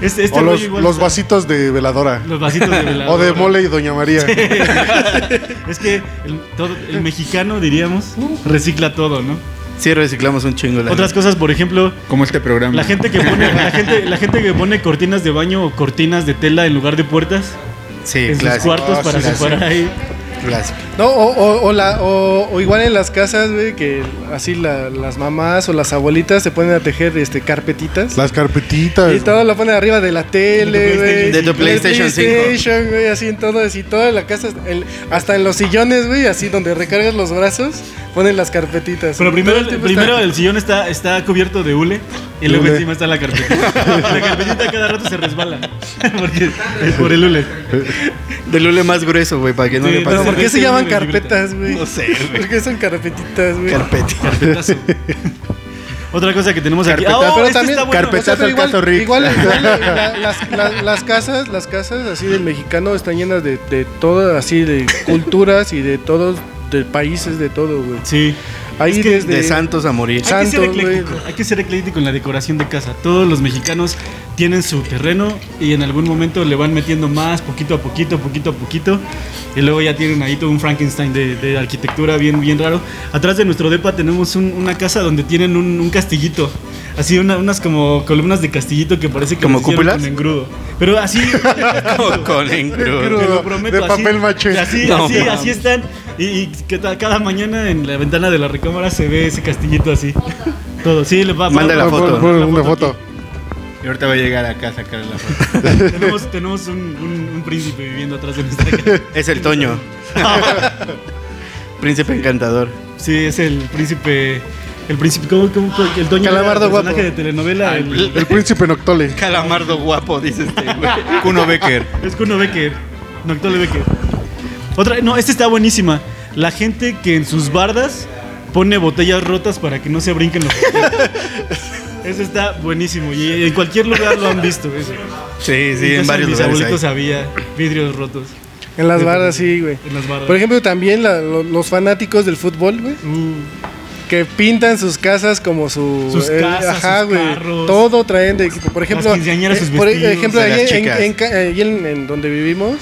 S1: Es- este
S5: o
S1: rollo
S5: los,
S1: igual
S5: los
S1: está-
S5: vasitos de veladora.
S1: los vasitos de
S5: O de
S1: veladora.
S5: mole y doña María.
S1: Es que el, todo- el mexicano, diríamos, recicla todo, ¿no?
S3: Sí, reciclamos un chingo la
S1: Otras
S3: neta.
S1: cosas, por ejemplo,
S2: Como este programa.
S1: la gente que pone, la gente, la gente que pone cortinas de baño o cortinas de tela en lugar de puertas
S3: Sí,
S1: en sus
S3: clásico.
S1: cuartos
S3: Ah,
S1: para
S3: sí, clásico,
S1: separar ahí.
S3: clásico.
S4: No, o, o- o la- o- o igual en las casas, güey, que así la- las mamás o las abuelitas se ponen a tejer este, carpetitas.
S5: Las carpetitas.
S4: y todo lo ponen arriba de la tele,
S1: De tu
S4: güey.
S3: PlayStation. De tu PlayStation cinco.
S4: PlayStation, güey, así en todo, así toda la casa, el- hasta en los sillones, güey, así donde recargas los brazos, ponen las carpetitas.
S1: Pero
S4: Todo
S1: primero,
S4: el
S1: el,
S4: tiempo
S1: primero
S4: está-
S1: el sillón está, está cubierto de hule y luego
S5: Hule.
S1: encima está la carpetita. La carpetita cada rato se resbala porque es por el hule.
S3: Del hule más grueso, güey, para que no
S1: Sí,
S3: le
S4: Pero
S1: no
S3: pase.
S4: ¿por qué se
S1: Carpeta,
S4: llaman
S1: güey, carpeta.
S4: carpetas, güey?
S3: No sé, güey.
S4: ¿Por qué son carpetitas, güey?
S3: Carpeta.
S1: Carpetazo. Otra cosa que tenemos aquí.
S2: Carpetazo.
S1: Ah, oh,
S4: pero
S1: este
S4: también
S1: está bueno.
S2: carpetazo
S4: pero
S2: al caso Rick.
S4: Igual, igual la- las, la- las casas, las casas así del mexicano están llenas de, de todo, así de culturas y de todos, de países, de todo, güey.
S1: Sí.
S4: Ahí
S1: Es que
S4: desde
S3: De santos a morir.
S1: Hay que, ser
S4: Santos, güey.
S1: ecléctico, hay que ser ecléctico en la decoración de casa. Todos los mexicanos tienen su terreno y en algún momento le van metiendo más, poquito a poquito, poquito a poquito. Y luego ya tienen ahí todo un Frankenstein de, de arquitectura bien, bien raro. Atrás de nuestro depa tenemos un- una casa donde tienen un, un castillito. Así una- unas como columnas de castillito que parece que
S3: ¿Como
S1: las hicieron
S3: cúpulas?
S1: con engrudo. Pero así...
S3: Con- con engrudo.
S1: Te
S5: Pero
S1: lo prometo.
S5: de papel maché.
S1: Así,
S3: No,
S1: así,
S3: mames.
S1: así están. Y, y que ta- cada mañana en la ventana de la recámara se ve ese castillito así. Todo, sí, le va
S5: Ah,
S3: Manda la
S5: Pon-
S3: foto.
S5: pon- pon una foto.
S2: Y ahorita va a llegar acá a sacar la foto.
S1: tenemos tenemos un, un- un príncipe viviendo atrás de nuestra casa.
S3: Es el Toño. Príncipe encantador.
S1: Sí, es el príncipe. El príncipe. ¿Cómo? cómo cómo- el doño
S4: Calamardo
S1: el personaje
S4: guapo.
S1: de telenovela. el-
S5: El príncipe Noctole.
S3: Calamardo guapo, dice este güey.
S2: Kuno Becker.
S1: es Kuno Becker. Noctole Becker. Otra, no, esta está buenísima. La gente que en sus bardas pone botellas rotas para que no se brinquen los. Eso está buenísimo y en cualquier lugar lo han visto. Eso.
S3: Sí, sí, en
S1: Entonces,
S3: varios
S1: mis
S3: lugares.
S1: abuelitos
S3: hay.
S1: había vidrios rotos
S4: En las barras, sí, güey.
S1: en las barras.
S4: Por ejemplo, también la- lo- los fanáticos del fútbol, güey.
S1: Uh,
S4: Que pintan sus casas como su. eh,
S1: Sus casas, sus carros.
S4: Todo traen de equipo. Por ejemplo. eh,
S1: quinceañeras, sus
S4: por
S1: vestidos,
S4: ejemplo,
S3: de las
S4: ahí, en,
S3: chicas.
S4: en ca- ahí en- en donde vivimos,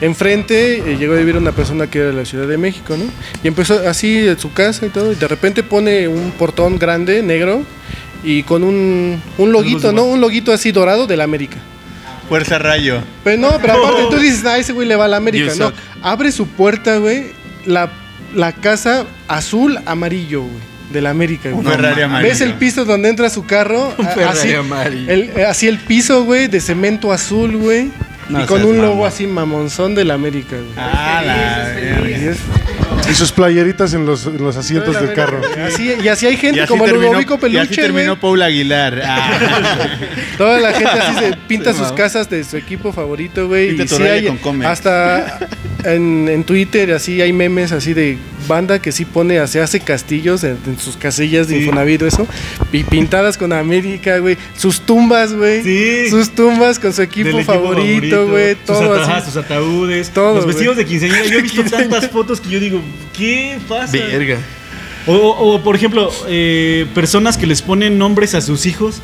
S4: enfrente eh, llegó a vivir una persona que era de la Ciudad de México, ¿no? Y empezó así en su casa y todo. Y de repente pone un portón grande, negro. Y con un, un loguito, ¿no? Un loguito así dorado de la América.
S2: Fuerza Rayo.
S4: Pero no, pero aparte tú dices, ah, ese güey le va a la América.
S3: You
S4: No,
S3: suck.
S4: abre su puerta, güey, la, la casa azul amarillo, güey. De la América,
S2: Un
S4: güey.
S2: Ferrari
S4: mames.
S2: amarillo.
S4: ¿Ves el piso donde entra su carro? A-
S3: Ferrari
S4: así,
S3: amarillo.
S4: el, eh, así el piso, güey, de cemento azul, güey.
S3: No
S4: y con
S3: seas
S4: un logo
S3: mamón.
S4: así mamonzón de la América, güey.
S2: Ah, la verga.
S5: Y sus playeritas en los, en los asientos del carro.
S4: Así, y así hay
S2: Y
S4: gente
S2: así
S4: como el
S2: terminó-
S4: Ludovico
S2: y así
S4: Peluche, güey.
S2: terminó Paul Aguilar. Ah,
S4: Toda la gente así se pinta sus casas de su equipo favorito, güey.
S2: Pinta
S4: Y
S2: tu
S4: sí
S2: raya
S4: hay-
S2: con Comex.
S4: hasta en, en Twitter así hay memes así de banda que sí pone, se hace castillos en, en sus casillas de
S1: Sí.
S4: Infonavit o eso. Y pintadas con América, güey. Sus tumbas, güey.
S1: Sí.
S4: Sus tumbas con su equipo,
S1: del equipo
S4: favorito, güey.
S1: sus
S4: Todo
S1: ata-
S4: así.
S1: sus ataúdes,
S4: Todo,
S1: los vestidos
S4: güey.
S1: de quinceañera. Yo he visto tantas fotos que yo digo, ¿qué pasa?
S3: Verga.
S1: O, o- o, por ejemplo, eh, personas que les ponen nombres a sus hijos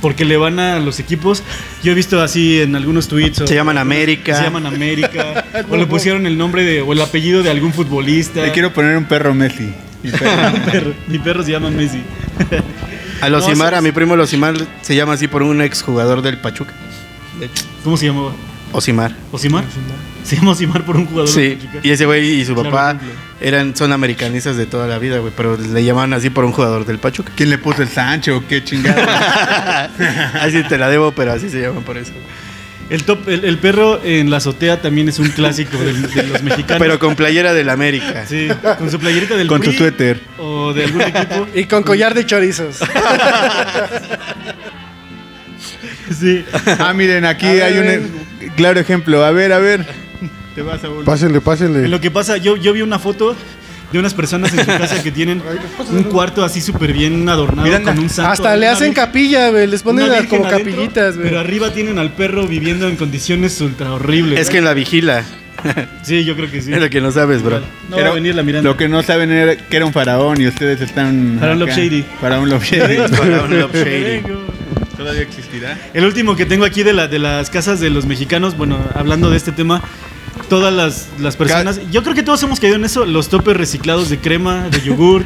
S1: porque le van a los equipos. Yo he visto así en algunos tweets. o-
S3: Se llaman
S1: que
S3: América.
S1: se llaman América. o le pusieron el nombre de, o el apellido de algún futbolista.
S2: le quiero poner un perro Messi. Y perro.
S1: Perro. Mi perro se llama Messi.
S3: A Losimar,
S1: No,
S3: a mi primo Losimar se llama así por un exjugador del Pachuca. De hecho,
S1: ¿Cómo se llamaba?
S3: Osimar.
S1: ¿Osimar? Se llama Osimar por un jugador. de
S3: Sí,
S1: Pachuca.
S3: y ese güey y su
S1: Claro,
S3: papá
S1: ejemplo.
S3: eran son americanistas de toda la vida, güey, pero le llamaban así por un jugador del Pachuca.
S2: ¿Quién le puso el Sancho o qué chingada?
S3: Así te la debo, pero así se llaman por eso.
S1: El, top, el, el perro en la azotea también es un clásico del- de los mexicanos.
S3: Pero con playera del América.
S1: Sí, con su playerita del
S2: Con su
S1: PRI
S2: suéter.
S1: O de algún equipo.
S4: Y con collar de chorizos.
S1: Sí.
S2: Ah, miren, aquí
S4: A ver,
S2: hay un
S4: a
S2: e- claro ejemplo. A ver, a ver. Te vas a volver.
S5: Pásenle, pásenle.
S1: Lo que pasa, yo, yo vi una foto de unas personas en su casa que tienen un cuarto así súper bien adornado
S2: Miranda,
S1: con un santo.
S4: Hasta le
S1: Una
S4: hacen
S1: vir-
S4: capilla, güey. Les ponen
S1: una
S4: a-
S1: virgen
S4: como
S1: adentro,
S4: capillitas, güey.
S1: Pero arriba tienen al perro viviendo en condiciones ultra horribles.
S3: Es que la vigila,
S1: Sí, yo creo que sí.
S3: es lo que no sabes, bro.
S1: No va a venir la Miranda.
S2: Lo que no saben era que era un faraón y ustedes están.
S1: Faraón Love
S2: acá.
S1: Shady.
S2: Faraón Love Shady.
S3: Para un Love Shady.
S2: ¿Todavía existirá?
S1: El último que tengo aquí de, la, de las casas de los mexicanos, bueno, hablando de este tema, todas las, las personas, yo creo que todos hemos caído en eso, los topes reciclados de crema, de yogur,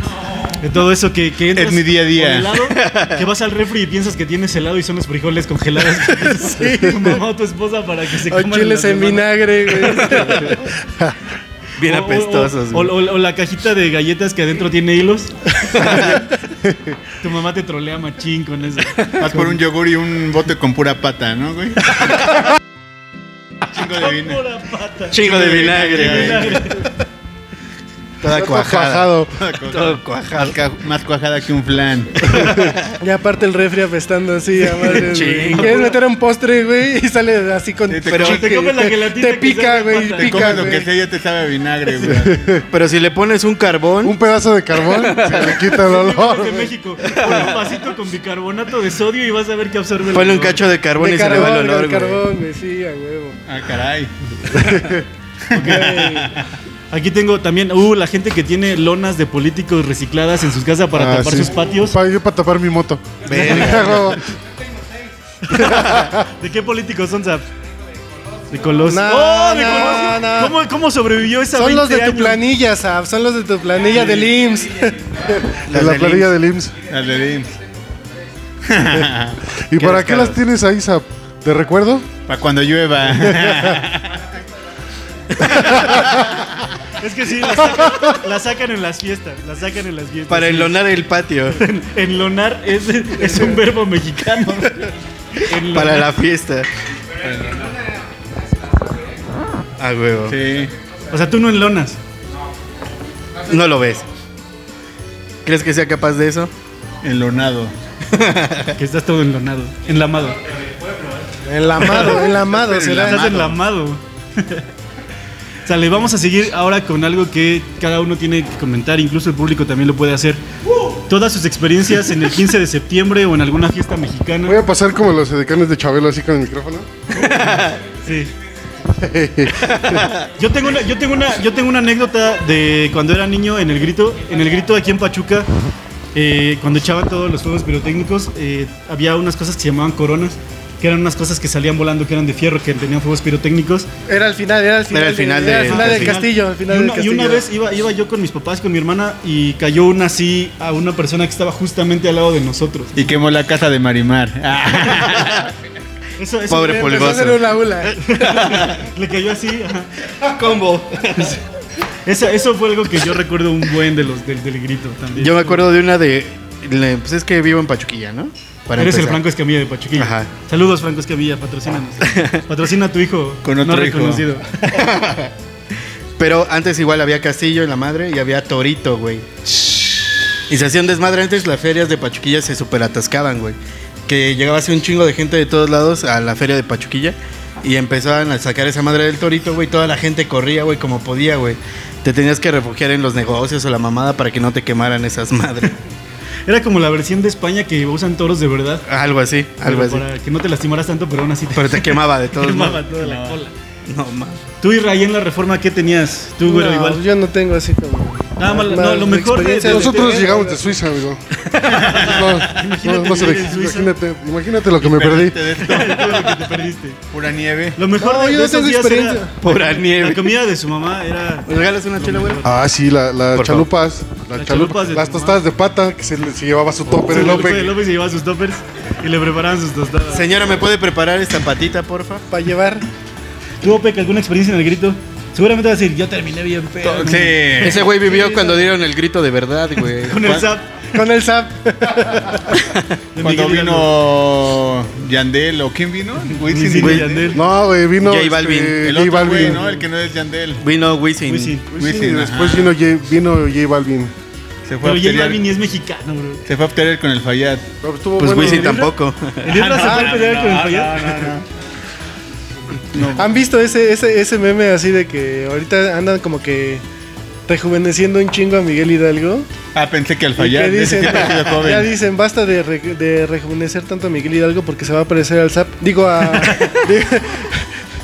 S1: de todo eso que, que entras
S2: mi día a día.
S1: por helado, que vas al refri y piensas que tienes helado y son los frijoles congelados que sí. tu mamá o tu esposa para que se
S4: O
S1: coman. en
S4: chiles
S1: la
S4: en
S1: semana.
S4: vinagre, güey.
S3: Bien
S1: O- o-
S3: apestosos.
S1: O,
S3: güey.
S1: o- o la cajita de galletas que adentro tiene hilos. tu mamá te trolea machín con eso.
S2: Vas por un yogur y un bote con pura pata, ¿no, güey? Chingo de vino.
S1: Por la pata.
S3: Chingo de vinagre, güey. Toda
S5: Todo
S3: cuajada.
S5: cuajado.
S3: Todo cuajado.
S2: Más cua- Más cuajada que un flan.
S4: Y aparte el refri apestando así, a madre, güey.
S3: Chingo.
S4: Quieres meter un postre, güey, y sale así con...
S2: Sí, te
S4: Pero-
S2: comes-
S1: te comes la gelatina
S4: te
S1: que
S4: pica,
S1: sale
S4: güey,
S1: pata.
S2: Te
S4: pica,
S2: comes lo
S4: güey.
S2: que sea, ya te sabe a vinagre, güey.
S3: Pero si le pones un carbón,
S5: Un pedazo de carbón se le quita el olor.
S1: de México. Pon un vasito con bicarbonato de sodio y vas a ver que absorbe el
S3: ponle un
S1: olor.
S3: cacho de carbón
S4: de
S3: y se le va
S4: carbón,
S3: el
S4: güey,
S3: olor,
S4: de
S3: güey.
S4: carbón, güey, sí, a huevo.
S2: Ah, caray.
S1: Aquí tengo también, uh, la gente que tiene lonas de políticos recicladas en sus casas para
S5: Ah,
S1: tapar
S5: sí.
S1: sus patios.
S5: Pa- yo para tapar mi moto.
S3: Verga.
S1: ¿De qué políticos son, Zap? De Colosio.
S4: No,
S1: ¡Oh, de
S4: no,
S1: Colosio!
S4: no.
S1: ¿Cómo, cómo sobrevivió esa
S4: Son los de
S1: 20
S4: tu
S1: años?
S4: planilla, Sab, son los de tu planilla del IMSS.
S5: De la planilla del IMSS.
S2: Las de Dims.
S5: ¿Y
S3: Qué
S5: para qué
S3: descaro.
S5: las tienes ahí, Zap? ¿De recuerdo?
S2: Para cuando llueva.
S1: Es que sí, la sacan, la sacan en las fiestas. La sacan en las fiestas.
S3: Para
S1: sí.
S3: enlonar el patio.
S1: Enlonar es, es un verbo mexicano. en la-
S3: Para la fiesta. A Ah, huevo.
S2: Sí.
S1: O sea, tú no en lonas.
S3: No lo ves. ¿Crees que sea capaz de eso?
S2: Enlonado.
S1: Que estás todo enlonado. Enlamado.
S4: Enlamado, enlamado
S1: Estás
S4: será.
S1: enlamado. Sale, vamos a seguir ahora con algo que cada uno tiene que comentar, incluso el público también lo puede hacer. Todas sus experiencias en el 15 de septiembre o en alguna fiesta mexicana.
S5: Voy a pasar como los edecanes de Chabelo así con el micrófono.
S1: Sí. yo tengo una, yo tengo una, yo tengo una anécdota de cuando era niño en el grito, en el grito aquí en Pachuca, eh, cuando echaban todos los fuegos pirotécnicos, eh, había unas cosas que se llamaban coronas, que eran unas cosas que salían volando, que eran de fierro, que tenían fuegos pirotécnicos.
S4: Era al final, era al final.
S3: Era al final
S4: de- era
S3: de-
S4: al final
S3: del
S4: del castillo. al final
S1: y,
S4: del
S1: una, y una
S4: castillo.
S1: vez iba, iba yo con mis papás, con mi hermana, y cayó una así a una persona que estaba justamente al lado de nosotros.
S2: Y quemó la casa de Marimar. Ah,
S1: Eso, eso
S3: Pobre
S1: fue-
S4: Empezó a hacer
S3: polvoso.
S4: una
S1: Eh,
S4: ula.
S1: Le cayó así. ajá.
S3: Combo.
S1: Eso, eso fue algo que yo recuerdo un buen de los, del, del grito también.
S3: Yo me acuerdo de una de. le- Pues es que vivo en Pachuquilla, ¿no? Para
S1: Eres el
S3: empezar.
S1: Franco Escamilla de Pachuquilla.
S3: Ajá.
S1: Saludos, Franco Escamilla, patrocínanos. Patrocina a tu hijo.
S2: Con otro
S1: no
S2: hijo.
S1: reconocido.
S3: Pero antes igual había Castillo en la madre y había Torito, güey. Y se hacían desmadre antes, las ferias de Pachuquilla se superatascaban, güey. Que llegaba así un chingo de gente de todos lados a la feria de Pachuquilla y empezaban a sacar esa madre del torito, güey. Toda la gente corría, güey, como podía, güey. Te tenías que refugiar en los negocios o la mamada para que no te quemaran esas madres.
S1: Era como la versión de España que usan toros de verdad.
S3: Algo así, algo
S1: pero
S3: así.
S1: Para que no te lastimaras tanto, pero aún así te,
S3: Pero te quemaba de todos
S1: quemaba
S3: modos.
S1: toda la cola.
S3: No, mames.
S1: Tú y Ray en la reforma, ¿qué tenías? Tú, güero,
S4: No,
S1: igual.
S4: Yo no tengo así como.
S1: Nada más, no, lo mejor de-
S4: experiencia.
S1: de-
S5: Nosotros llegamos de Suiza, amigo. No, no, no se
S1: vivir
S5: le-
S1: en Suiza.
S5: imagínate, imagínate lo que me perdí.
S2: perdiste de esto.
S1: Todo lo que te perdiste.
S2: Pura nieve.
S1: Lo mejor
S4: No,
S1: de, de
S4: yo no
S1: esos
S4: tengo
S1: días
S4: experiencia.
S1: era-
S3: Pura
S1: La
S3: nieve.
S1: comida de su mamá era...
S3: ¿Me regalas una chela, güey?
S5: Ah, sí, la, la
S3: Por
S5: chalupas, la
S1: Las
S5: chalupa-
S1: chalupas de
S5: las
S1: tu
S5: tostadas de pata que se, le- se llevaba su topper el
S1: López.
S5: Open.
S1: López se llevaba sus toppers y le preparaban sus tostadas.
S3: Señora, ¿me puede preparar esta patita, porfa?
S4: Para llevar.
S1: ¿Tuvo Peca alguna experiencia en el grito? Seguramente vas a decir, yo terminé bien feo. ¿no?
S2: Eh, Sí.
S3: Ese güey vivió cuando dieron el grito de verdad, güey.
S1: Con el zap.
S4: Con el zap.
S1: de
S2: Cuando
S1: Miguel Hidalgo.
S2: vino Yandel, ¿o quién vino? Wisin
S1: Wisin y
S2: Yandel.
S1: Yandel.
S5: No, güey, vino
S3: J Balvin,
S5: este,
S2: El
S5: J
S2: otro güey,
S5: Balvin.
S2: ¿no? El que no es Yandel.
S3: Vino Wisin.
S1: Wisin.
S5: Pues sí,
S2: Wisin,
S5: después
S2: ajá.
S5: vino J, vino J Balvin.
S2: Se fue
S1: Pero
S2: a
S1: J
S2: pelear.
S1: Balvin ni es mexicano, bro.
S2: Se fue a pelear con el Fayad.
S5: Pero estuvo
S3: Pues
S5: bueno.
S3: Wisin tampoco.
S1: El libro se fue a pelear con el payaso.
S4: ¿Han visto ese, ese, ese meme así de que ahorita andan como que rejuveneciendo un chingo a Miguel Hidalgo?
S2: Ah, pensé que el
S4: Y
S2: Fayad.
S4: que
S2: Ese
S4: dicen,
S2: siempre ha sido
S4: ya
S2: joven.
S4: dicen, basta de, re- de rejuvenecer tanto a Miguel Hidalgo porque se va a parecer al zap. Digo a. digo,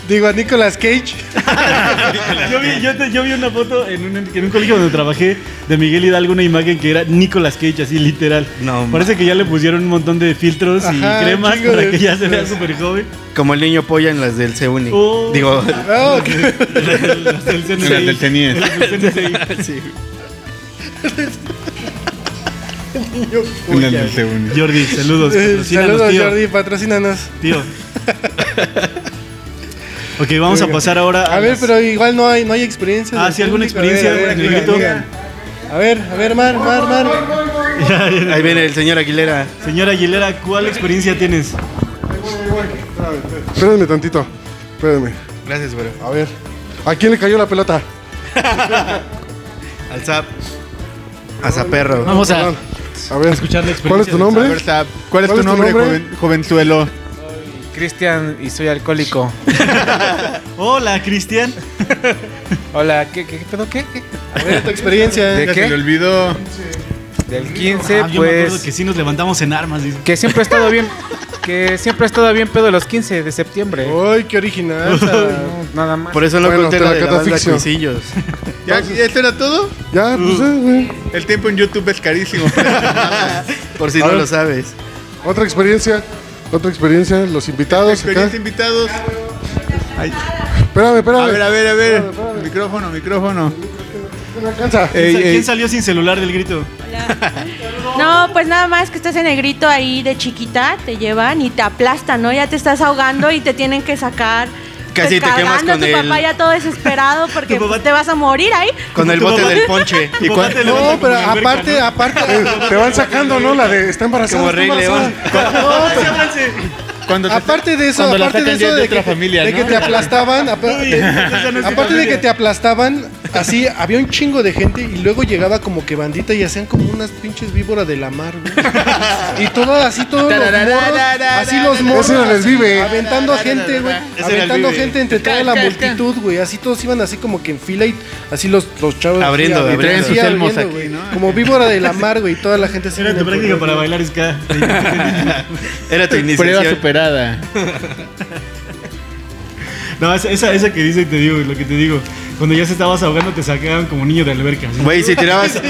S4: digo a Nicolas Cage.
S1: Yo vi, yo te- yo vi una foto en un, en un colegio donde trabajé de Miguel Hidalgo, una imagen que era Nicolas Cage, así literal.
S3: No,
S1: Parece que ya le pusieron un montón de filtros
S4: Ajá,
S1: y cremas
S4: chingo
S1: para
S4: de-
S1: que ya se vea súper joven.
S3: Como el niño polla en las del CEUNI.
S1: Oh.
S3: Digo,
S4: No, que-
S1: Las del CNCI.
S2: Las del CNIES.
S1: Las del CNCI.
S3: sí.
S2: En el del segundo.
S1: Jordi, saludos. patrocínanos,
S4: eh, Saludos,
S1: tío.
S4: Jordi, patrocínanos.
S1: Tío. ok, vamos a pasar ahora
S4: A ver,
S1: las-
S4: pero igual no hay, no hay experiencia.
S1: Ah,
S4: del
S1: sí, alguna
S4: público. A ver,
S1: experiencia,
S4: a ver,
S1: algún
S4: digan,
S1: negrito.
S4: digan. A ver, a ver, Mar, Mar, Mar.
S3: Ahí viene el señor Aguilera.
S1: Señora Aguilera, ¿cuál experiencia tienes?
S5: Espérenme tantito. Espérenme.
S3: Gracias, güey.
S5: A ver. ¿A quién le cayó la pelota?
S3: Al Zap. A Zaperro.
S1: Vamos a
S5: Perdón. A ver.
S1: escuchar la
S5: ¿Cuál es
S1: experiencia
S5: tu
S2: A
S5: nombre?
S2: ver, Zap, ¿Cuál es tu nombre, joven- jovenzuelo?
S6: Cristian y soy alcohólico.
S1: Hola, Cristian.
S6: Hola, ¿qué, qué, qué pedo? ¿Qué? ¿Qué?
S4: A ver, tu experiencia.
S6: ¿De
S2: Ya Se le
S6: qué?
S2: olvidó.
S6: Del 15,
S1: Ah, yo me acuerdo
S6: pues.
S1: que sí nos levantamos en armas. dice.
S6: Que siempre ha estado bien. Que siempre ha estado bien pedo los 15 de septiembre.
S2: Oh.
S4: Uy, qué original.
S6: No, nada más.
S3: Por eso no
S5: Bueno,
S3: conté
S5: te
S3: la
S5: la
S3: de la banda
S5: cataficio.
S3: Cuisillos.
S2: ¿Ya esto era todo?
S5: Ya, pues, eh, güey.
S2: El tiempo en YouTube es carísimo.
S3: Por si no lo sabes.
S5: Otra experiencia. Otra experiencia. Los invitados acá.
S2: Experiencia invitados.
S5: Espérame, espérame.
S2: A ver, a ver, a ver. Micrófono, micrófono.
S5: No alcanza.
S2: Ey,
S1: ¿Quién
S2: ey.
S1: salió sin celular del grito?
S7: No, pues nada más que estás en el grito ahí de chiquita, te llevan y te aplastan, ¿no? Ya te estás ahogando y te tienen que sacar.
S3: Casi te quemas con
S7: cargando a tu
S3: el-
S7: papá ya todo desesperado porque
S1: Tu papá-
S7: pues, te vas a morir ahí.
S3: Con el
S1: Tu
S3: bote
S1: mamá-
S3: del ponche.
S1: Tu papá te levanta
S4: No,
S1: como
S4: pero
S1: en alberca,
S4: aparte,
S1: ¿no?
S4: aparte.
S5: Eh, Te van sacando, ¿no? La de está embarazada.
S3: Como
S5: está
S3: Rey
S5: embarazada.
S3: León.
S1: ¡No, sí, ábranse!
S2: Cuando te-
S4: aparte de eso,
S2: cuando la
S4: aparte de
S2: sacan ya
S4: eso
S2: es
S4: de,
S2: de otra
S4: que,
S2: familia,
S4: de
S2: ¿no?
S4: que te aplastaban, apa-
S1: Uy, esa no es
S4: aparte de
S1: familia.
S4: que te aplastaban, así había un chingo de gente y luego llegaba como que bandita y hacían como unas pinches víboras de la mar, güey. Y todo así, todos los morros, así los morros,
S5: Ese era el
S4: así,
S5: Vive.
S4: aventando gente, güey,
S1: era el
S4: aventando
S1: Vive.
S4: gente entre toda la multitud, güey, así todos iban así como que en fila y así los, los chavos así
S3: Abriendo, abriendo.
S4: así
S2: Sus elmos
S4: abriendo,
S2: aquí,
S4: güey,
S2: ¿no?
S4: como víbora de la mar, güey, y toda la gente así.
S1: Era
S4: en
S1: tu
S4: el
S1: práctica
S4: corredor,
S1: para
S4: güey.
S1: bailar ska.
S3: Era tu
S2: Prueba
S3: iniciación.
S2: superada.
S1: No, esa, esa, esa que dice, te digo, lo que te digo. Cuando ya se estabas ahogando, te sacaban como niño de alberca. así.
S3: Güey, si tirabas.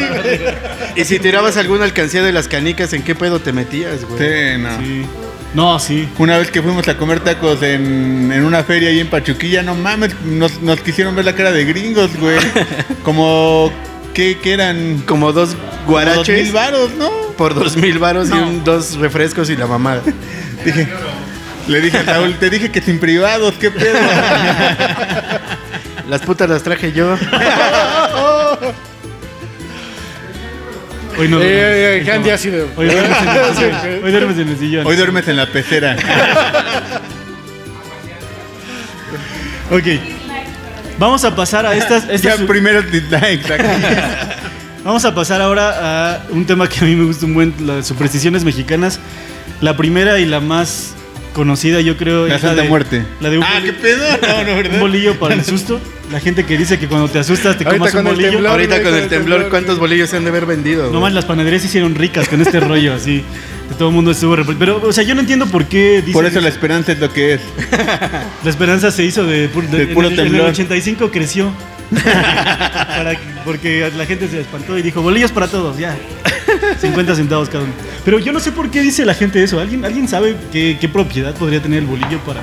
S3: y si tirabas alguna alcancía de las canicas, ¿en qué pedo te metías, güey?
S2: Sí, no.
S1: Sí. No, sí.
S2: Una vez que fuimos a comer tacos en, en una feria ahí en Pachuquilla, no mames, nos, nos quisieron ver la cara de gringos, güey. Como, ¿qué, qué eran?
S3: Como dos
S2: Como dos
S3: guaraches
S2: mil varos, ¿no?
S3: por dos mil varos y un- dos refrescos y la mamada.
S2: Dije, le dije a Raúl, te dije que sin privados, qué pedo.
S3: Las putas las traje yo.
S1: Hoy no.
S4: Eh, eh, Candy ha sido.
S1: Hoy duermes en el sillón. Hoy duermes en el sillón.
S2: Hoy duermes en la pecera.
S1: Ok. Vamos a pasar a estas.
S2: ya
S1: estas
S2: primero Ah, dislikes aquí.
S1: Vamos a pasar ahora a un tema que a mí me gusta un buen, las supersticiones mexicanas. La primera y la más conocida, yo creo,
S2: La
S1: es
S2: Santa
S1: de,
S2: Muerte.
S1: La de un,
S2: Ah,
S1: boli-
S2: qué pedo. No, no,
S1: un
S2: ¿verdad?
S1: bolillo para el susto. La gente que dice que cuando te asustas te
S4: Ahorita
S1: comas un
S4: con el
S1: bolillo.
S4: temblor.
S3: Ahorita
S4: güey,
S3: con
S4: con
S3: el
S4: el
S3: temblor,
S4: temblor,
S3: ¿cuántos bolillos se han de haber vendido?
S1: Nomás
S3: güey?
S1: las panaderías se hicieron ricas con este rollo así. De todo el mundo estuvo repre- Pero, o sea, yo no entiendo por qué dicen
S2: Por eso la esperanza es lo que es.
S1: La esperanza se hizo de, puro
S2: De puro
S1: En
S2: temblor.
S1: el 85 creció. Para- porque la gente se espantó y dijo, bolillos para todos, ya. 50 centavos cada uno. Pero yo no sé por qué dice la gente eso. ¿Alguien, alguien sabe qué, qué propiedad podría tener el bolillo para...?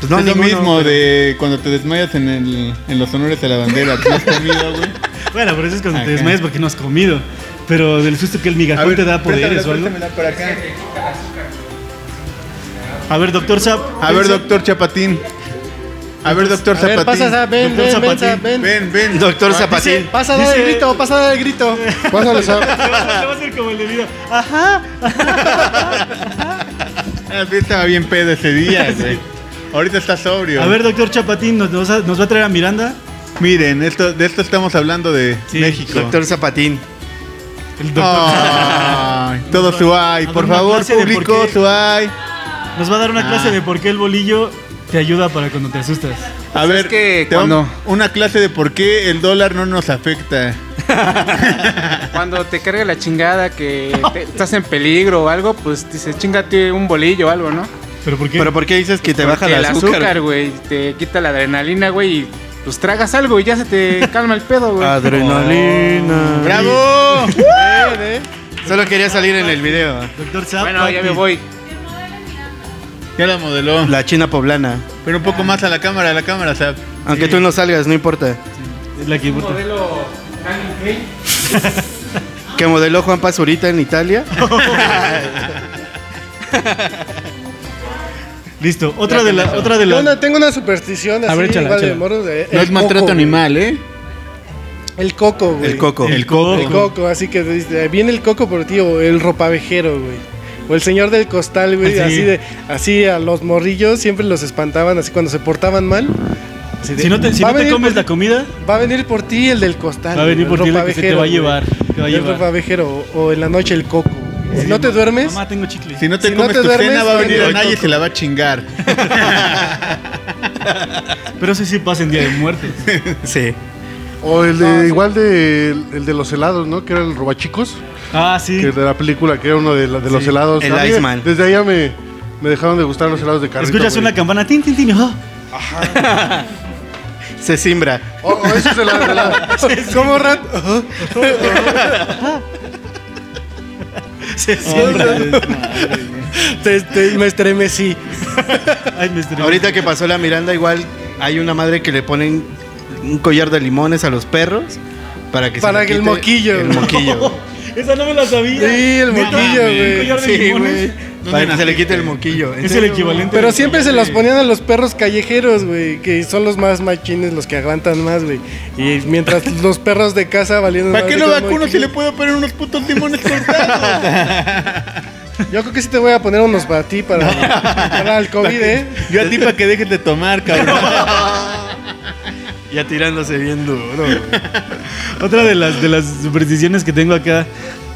S3: Pues no,
S2: es lo
S3: ninguno,
S2: mismo
S3: pero-
S2: de cuando te desmayas en, el, en los honores de la bandera. ¿Tú has comido, güey?
S1: Bueno, pero eso es cuando te
S2: Ajá.
S1: desmayas porque no has comido. Pero del susto que el migajón te da poderes o algo.
S2: para acá.
S1: A ver, doctor Zap.
S2: A ver, doctor Chapatín. A ver, doctor
S4: A ver,
S2: Zapatín.
S4: pasa, Zap, ven,
S1: Doctor
S4: ven,
S1: Zapatín.
S4: ven, Zap, ven.
S2: Ven, ven.
S3: Doctor
S2: Ah,
S3: Zapatín.
S4: Pasa, dale
S1: Dice-
S4: el grito, pasa, dale el grito.
S5: Pásale, Zap.
S1: Le va a hacer como el de vida. Ajá.
S2: ah, sí, estaba bien pedo ese día, güey. Ahorita está sobrio.
S1: A ver, doctor Chapatín, ¿nos, nos, va a- nos va a traer a Miranda?
S2: Miren, esto, de esto estamos hablando de
S1: Sí,
S2: México.
S3: Doctor Zapatín.
S1: El
S2: Ah. Ay, todo su
S1: A
S2: ay. Por
S1: ver, una
S2: favor,
S1: clase de por
S2: público,
S1: qué.
S2: su ay.
S1: Nos va a dar una
S2: Ah.
S1: clase de por qué el bolillo te ayuda para cuando te asustas.
S2: A ver,
S6: que
S2: te vamos-
S6: cuando-
S2: una clase de por qué el dólar no nos afecta.
S6: Cuando te carga la chingada que te- estás en peligro o algo, pues dices, chingate un bolillo o algo, ¿no?
S1: ¿Pero por qué?
S3: ¿Pero por qué dices que te baja
S6: Porque
S3: el azúcar?
S6: güey, te quita la adrenalina, güey, y pues tragas algo y ya se te calma el pedo, güey.
S3: Adrenalina.
S2: ¡Bravo!
S4: Ven, eh.
S3: Solo quería salir en el video.
S1: Doctor Zap.
S6: Bueno, ya me voy.
S2: Ya la modeló.
S3: La china poblana.
S2: Pero un poco más a la cámara, a la cámara, o sea,
S3: Aunque tú no salgas, no importa.
S1: Es la que importa.
S6: Modelo
S3: Que modeló Juan Pazurita en Italia.
S1: Listo. Otra de la, otra de
S4: Yo
S1: la.
S4: una- tengo una superstición así,
S1: ver, échala,
S4: igual de
S1: échala.
S4: morros. eh,
S2: No
S4: el
S2: es maltrato
S4: coco,
S2: animal, ¿eh?
S4: güey. El coco, güey.
S3: El coco.
S1: El coco.
S4: El coco, así que dice, viene el coco por ti o el ropavejero, güey. O el señor del costal, güey.
S1: Sí.
S4: Así de, así a los morrillos siempre los espantaban, así cuando se portaban mal. así de,
S1: Si no te, si
S4: "Va
S1: no
S4: a
S1: te
S4: venir
S1: comes
S4: por
S1: la
S4: ti-
S1: comida,
S4: Va a venir por ti el del costal.
S1: Va a venir
S4: güey,
S1: por ti
S4: el
S1: el que se te va a
S4: ropavejero,
S1: llevar,
S4: güey.
S1: te va a
S4: El
S1: llevar.
S4: ropavejero o, o en la noche el coco. güey. Si no te duermes,
S1: eh, mamá, tengo chicle.
S2: Si no te
S4: Si no
S2: comes
S4: te
S2: tu
S4: duermes,
S2: cena, va a
S4: viene
S2: venir a
S4: el
S2: nadie y
S4: coco.
S2: se la va a chingar.
S1: Pero eso sí pasa en Día de Muertes.
S3: Sí.
S5: O el de, igual de, el de los helados, ¿no? Que era el robachicos.
S1: Ah, sí.
S5: Que de la película, que era uno de, la- de los
S1: Sí,
S5: helados.
S3: el
S5: A mí,
S3: Iceman.
S5: Desde ahí ya me, me dejaron de gustar los helados de carrito.
S1: Escuchas
S5: güey.
S1: una campana. Tin, tin, tin. ah.
S3: Se simbra.
S5: O, o esos helados, helados.
S4: ¿cómo rat?
S1: Se siembra.
S4: Te- te- me estremecí.
S1: Ay, me estremecí.
S3: Ahorita que pasó la Miranda, igual hay una madre que le ponen un collar de limones a los perros para que se
S4: Para
S3: le
S4: que el
S3: quite
S4: moquillo,
S3: el
S4: güey.
S3: moquillo.
S1: Esa no me la sabía.
S4: Sí, el
S1: Neta,
S4: moquillo, güey.
S1: collar de
S3: sí,
S1: limones.
S3: güey. Para que se le quite el moquillo. ¿En
S1: Es el
S3: serio?
S1: equivalente.
S4: Pero
S1: del
S4: siempre se
S1: collar
S4: los
S1: de-
S4: ponían a los perros callejeros, güey, que son los más machines, los que aguantan más, güey. Y mientras los perros de casa valiendo
S2: ¿Para qué
S4: madre
S2: lo
S4: como
S2: vacuno
S4: que-
S2: si le puedo poner unos putos limones cortados?
S4: Yo creo que sí te voy a poner unos para ti, para, para el COVID, ¿eh?
S2: Yo a ti para que dejes de tomar, cabrón.
S3: Ya tirándose bien duro, güey.
S1: Otra de las, de las supersticiones que tengo acá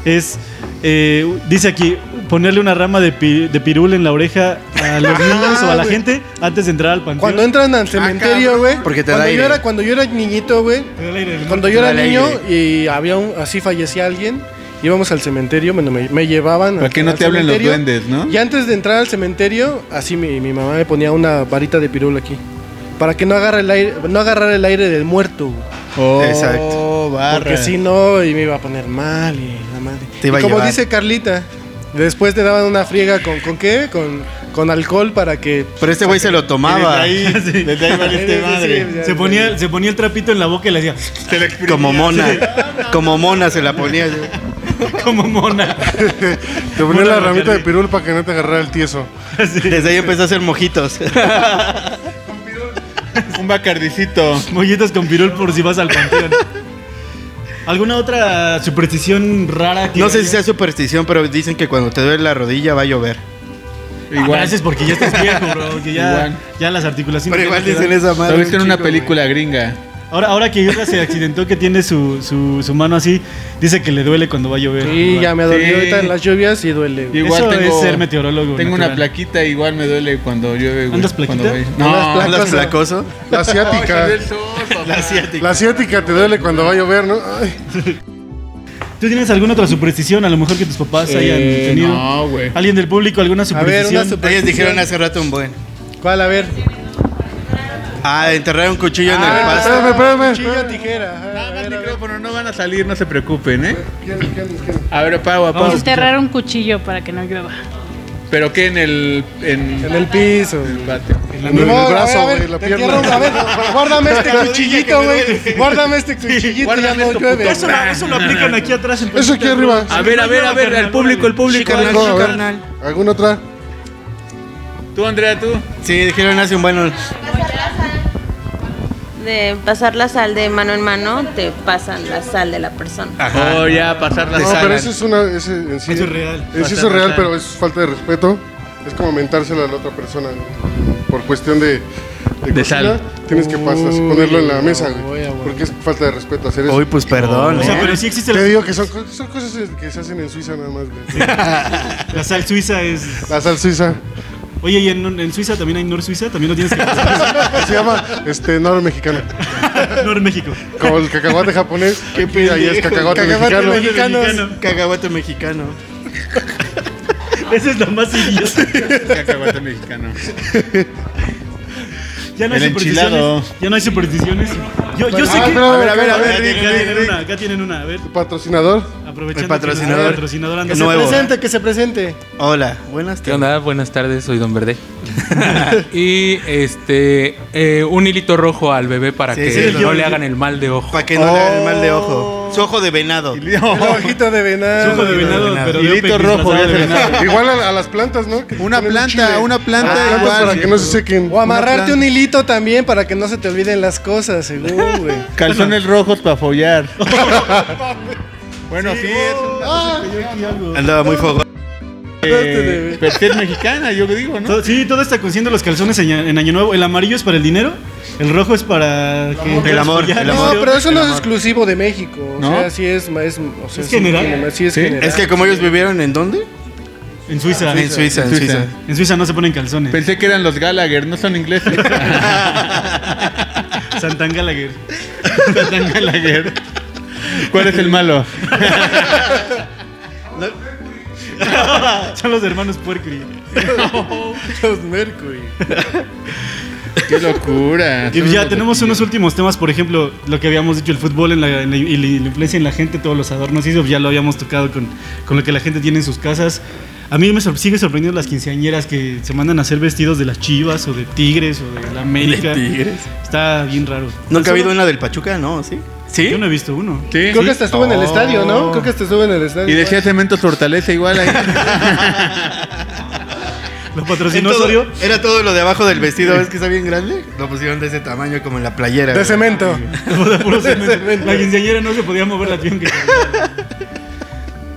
S1: es, eh, dice aquí, ponerle una rama de, pi- de pirul en la oreja a
S2: Ah,
S1: los niños o a la
S4: güey.
S1: gente antes de entrar al panteón.
S4: Cuando entran al cementerio,
S2: cabrón.
S4: güey.
S3: Porque te da
S4: cuando
S3: aire.
S4: Yo era, cuando yo era niñito, güey.
S1: Te da el aire, ¿no?
S4: Cuando
S3: Te
S4: yo era
S3: da el
S4: niño
S3: aire.
S4: y había un, así fallecía alguien, íbamos al cementerio, bueno, me, me llevaban.
S2: Para
S4: al-
S2: que no
S4: al
S2: te hablen los
S4: cementerio,
S2: duendes, ¿no?
S4: Y antes de entrar al cementerio, así mi, mi mamá me ponía una varita de pirul aquí. Para que no agarre el aire, no agarrar el aire del muerto, güey.
S2: Oh,
S3: Exacto.
S2: barra.
S4: Porque si no, y me iba a poner mal y la madre.
S3: Te iba
S4: Y
S3: a
S4: como
S3: llevar.
S4: dice Carlita, después te daban una friega con, ¿con qué? Con, con alcohol para que. pues,
S3: Pero este güey se lo
S2: Y desde
S3: tomaba.
S2: ahí,
S1: Sí.
S2: desde ahí valiste
S4: Sí, sí,
S2: madre.
S4: sí.
S1: se, ponía, se ponía el trapito en la boca y le hacía
S2: Te la exprimía.
S3: Como mona. Como mona se la ponía. güey.
S1: como mona.
S5: Te ponía la ramita de pirul para que no te agarrara el tieso.
S3: Desde ahí empezó a hacer mojitos.
S2: Un bacardicito.
S1: Molletas con pirul por si vas al panteón. ¿Alguna otra superstición rara que
S3: No sé
S1: haya?
S3: si sea superstición, pero dicen que cuando te duele la rodilla va a llover.
S1: Ah,
S2: Igual.
S1: Gracias porque ya estás viejo, bro. Que ya,
S2: Igual.
S1: ya las articulaciones.
S3: Pero igual
S1: ya no te
S3: dicen
S1: dan.
S3: esa madre.
S2: Lo viste en
S3: un
S2: una
S3: chico, güey.
S2: película gringa.
S1: Ahora, ahora que Irra se accidentó, que tiene su, su, su mano así, dice que le duele cuando va a llover.
S4: Y ya me dolió
S2: Sí.
S4: ahorita en las lluvias y duele. güey.
S2: Igual
S1: Eso
S2: tengo,
S1: es ser meteorólogo
S2: Tengo
S1: natural.
S2: una plaquita, igual me duele cuando llueve. güey.
S1: ¿Andas plaquita?
S2: Cuando voy-
S3: No,
S2: No,
S3: ¿Andas flacoso?
S5: La asiática.
S2: La asiática.
S5: La asiática te duele cuando va a llover, ¿no? Ay.
S1: ¿Tú tienes alguna otra superstición? A lo mejor que tus papás
S2: Eh,
S1: hayan tenido.
S2: no, güey.
S1: ¿Alguien del público alguna
S4: A ver,
S1: superstición?
S4: una
S3: Ellos
S4: superstición.
S3: dijeron hace rato un buen.
S4: ¿Cuál? A ver.
S3: Ah, enterrar un cuchillo en el
S4: Ah,
S3: pasto.
S5: espérame, espérame,
S4: cuchillo,
S5: espérame.
S4: tijera. Ajá,
S2: Nada
S4: a
S2: más
S4: ver, a ver.
S2: micrófono, no van a salir, no se preocupen, ¿eh?
S5: ¿Quién- quién- quién?
S2: A ver, apago, apago.
S8: Enterrar un cuchillo para que no llueva.
S2: ¿Pero qué en el. en,
S4: En el piso.
S2: el patio?
S5: En el
S4: Ni modo, a ver,
S5: brazo,
S4: a ver,
S5: güey, la
S4: te
S5: pierna.
S4: entierro- a ver, guárdame este cuchillito, güey. Guárdame este cuchillito, ya
S2: guárdame
S4: no
S2: esto,
S4: llueve.
S1: Eso, lo- eso lo aplican aquí atrás. en
S5: Eso aquí
S1: Pachuca,
S5: arriba.
S1: bro.
S2: A ver, a ver, a ver, el público, el público.
S3: carnal,
S5: No, a ver.
S3: carnal.
S5: ¿Alguna otra?
S2: Tú, Andrea, tú.
S3: Sí, dijeron hace un buen.
S7: De Eh, pasar la sal de mano en mano, te pasan la sal de la persona.
S2: Oh, ya, pasar la
S5: No,
S2: sala.
S5: pero eso es una. ese- en sí-
S1: Eso es real.
S5: en sí eso es real, pero es falta de respeto. Es como mentárselo a la otra persona. güey. Por cuestión de.
S2: De
S5: cocina,
S2: sal.
S5: Tienes que pasar,
S4: Uy,
S5: ponerlo en la mesa,
S4: voy
S5: güey.
S4: a- voy a-
S5: Porque es falta de respeto hacer eso.
S3: Uy, pues perdón.
S1: O sea,
S3: ¿eh?
S1: pero sí existe
S5: Te
S1: la,
S5: digo que son, co- son cosas que se hacen en Suiza nada más, güey.
S1: la sal suiza. es
S5: La sal suiza.
S1: Oye, ¿y en, en Suiza también hay Nor Suiza? También lo tienes que
S5: Se llama este, nor mexicano.
S1: Nor México.
S5: Como el cacahuate japonés. ¿Qué pide ahí? Es cacahuate,
S3: Cacahuate
S5: mexicano.
S1: mexicano.
S3: Cacahuate mexicano.
S1: Esa es la más idiota.
S2: Cacahuate mexicano.
S1: Ya no hay
S2: El enchilado.
S1: supersticiones. Ya no hay supersticiones. Yo, yo sé
S5: Ah,
S1: que.
S5: pero a ver, a ver, a ver,
S1: Acá
S5: Rick,
S1: tienen
S5: Rick, Rick.
S1: una, acá tienen una. A ver,
S5: Patrocinador.
S1: aprovechando.
S3: El patrocinador.
S1: que el patrocinador anda.
S4: Que se
S3: Nuevo.
S4: presente, que se presente.
S3: Hola, buenas
S9: ¿Qué
S3: tardes.
S9: onda? Buenas tardes, soy Don Verde. y este, eh, un hilito rojo al bebé para
S3: Sí,
S9: que
S3: sí,
S9: no
S3: yo-
S9: le hagan el mal de ojo.
S3: Para que no le hagan el mal de ojo. Su ojo de venado.
S4: El ojito de venado.
S1: Ojo de venado,
S3: venado.
S1: pero
S2: Hilito
S1: López
S2: rojo,
S1: disfrazado
S2: ya
S1: de
S2: se-
S1: venado.
S5: Igual a, a las plantas, ¿no? Que
S2: Una
S5: ponen un
S2: planta,
S5: chile. Ah,
S2: una planta
S5: Plantas
S2: igual,
S5: Para
S2: sí,
S5: que no se sequen.
S4: O amarrarte
S2: planta.
S4: un hilito también para que no se te olviden las cosas, según, güey.
S2: Calzones rojos para follar. bueno, sí, es
S3: Ah. Andaba muy fogo.
S2: eh, pero sí es mexicana, yo digo, ¿no?
S1: Todo- sí, todo está cosiendo los calzones en, en Año Nuevo. El amarillo es para el dinero, el rojo es para que-
S3: El amor,
S1: Ya,
S3: el
S1: ¿no?
S3: amor.
S4: No, pero eso no es exclusivo de México. O
S2: ¿No?
S4: sea, sí es. es, o sea,
S1: ¿Es general?
S4: un- Sí, es
S2: Sí.
S4: general.
S3: Es que como ellos vivieron en dónde?
S1: En Suiza.
S3: En Suiza,
S2: Suiza.
S3: en Suiza.
S1: En Suiza no se ponen calzones.
S2: Pensé que eran los Gallagher, no son ingleses.
S1: Santán Gallagher.
S2: Santana Gallagher. ¿Cuál es el malo?
S1: Son los hermanos Puercri.
S4: Los Mercury.
S2: Qué locura.
S1: Y ya tenemos unos últimos temas, por ejemplo, lo que habíamos dicho, el fútbol en la, en la- y la influencia en la gente, todos los adornos y eso, ya lo habíamos tocado con, con lo que la gente tiene en sus casas. A mí me sor- sigue sorprendiendo las quinceañeras que se mandan a hacer vestidos de las chivas o de tigres o de la América.
S3: Tigres.
S1: Está bien raro.
S3: Nunca ha habido una del Pachuca, ¿no? ¿Sí?
S1: Yo
S3: ¿Sí?
S1: no he visto uno.
S2: Sí.
S4: Creo que hasta estuvo en el
S3: No.
S4: estadio, ¿no? Creo que hasta estuvo en el estadio.
S2: Y decía Cementos Fortaleza igual ahí.
S1: Lo patrocinó
S3: En todo-
S1: Osorio.
S3: Era todo lo de abajo del vestido, ¿ves que está bien grande? Lo pusieron de ese tamaño como en la playera.
S4: De
S3: güey.
S4: cemento.
S1: Puro cemento. La quinceañera no se podía mover la tienda.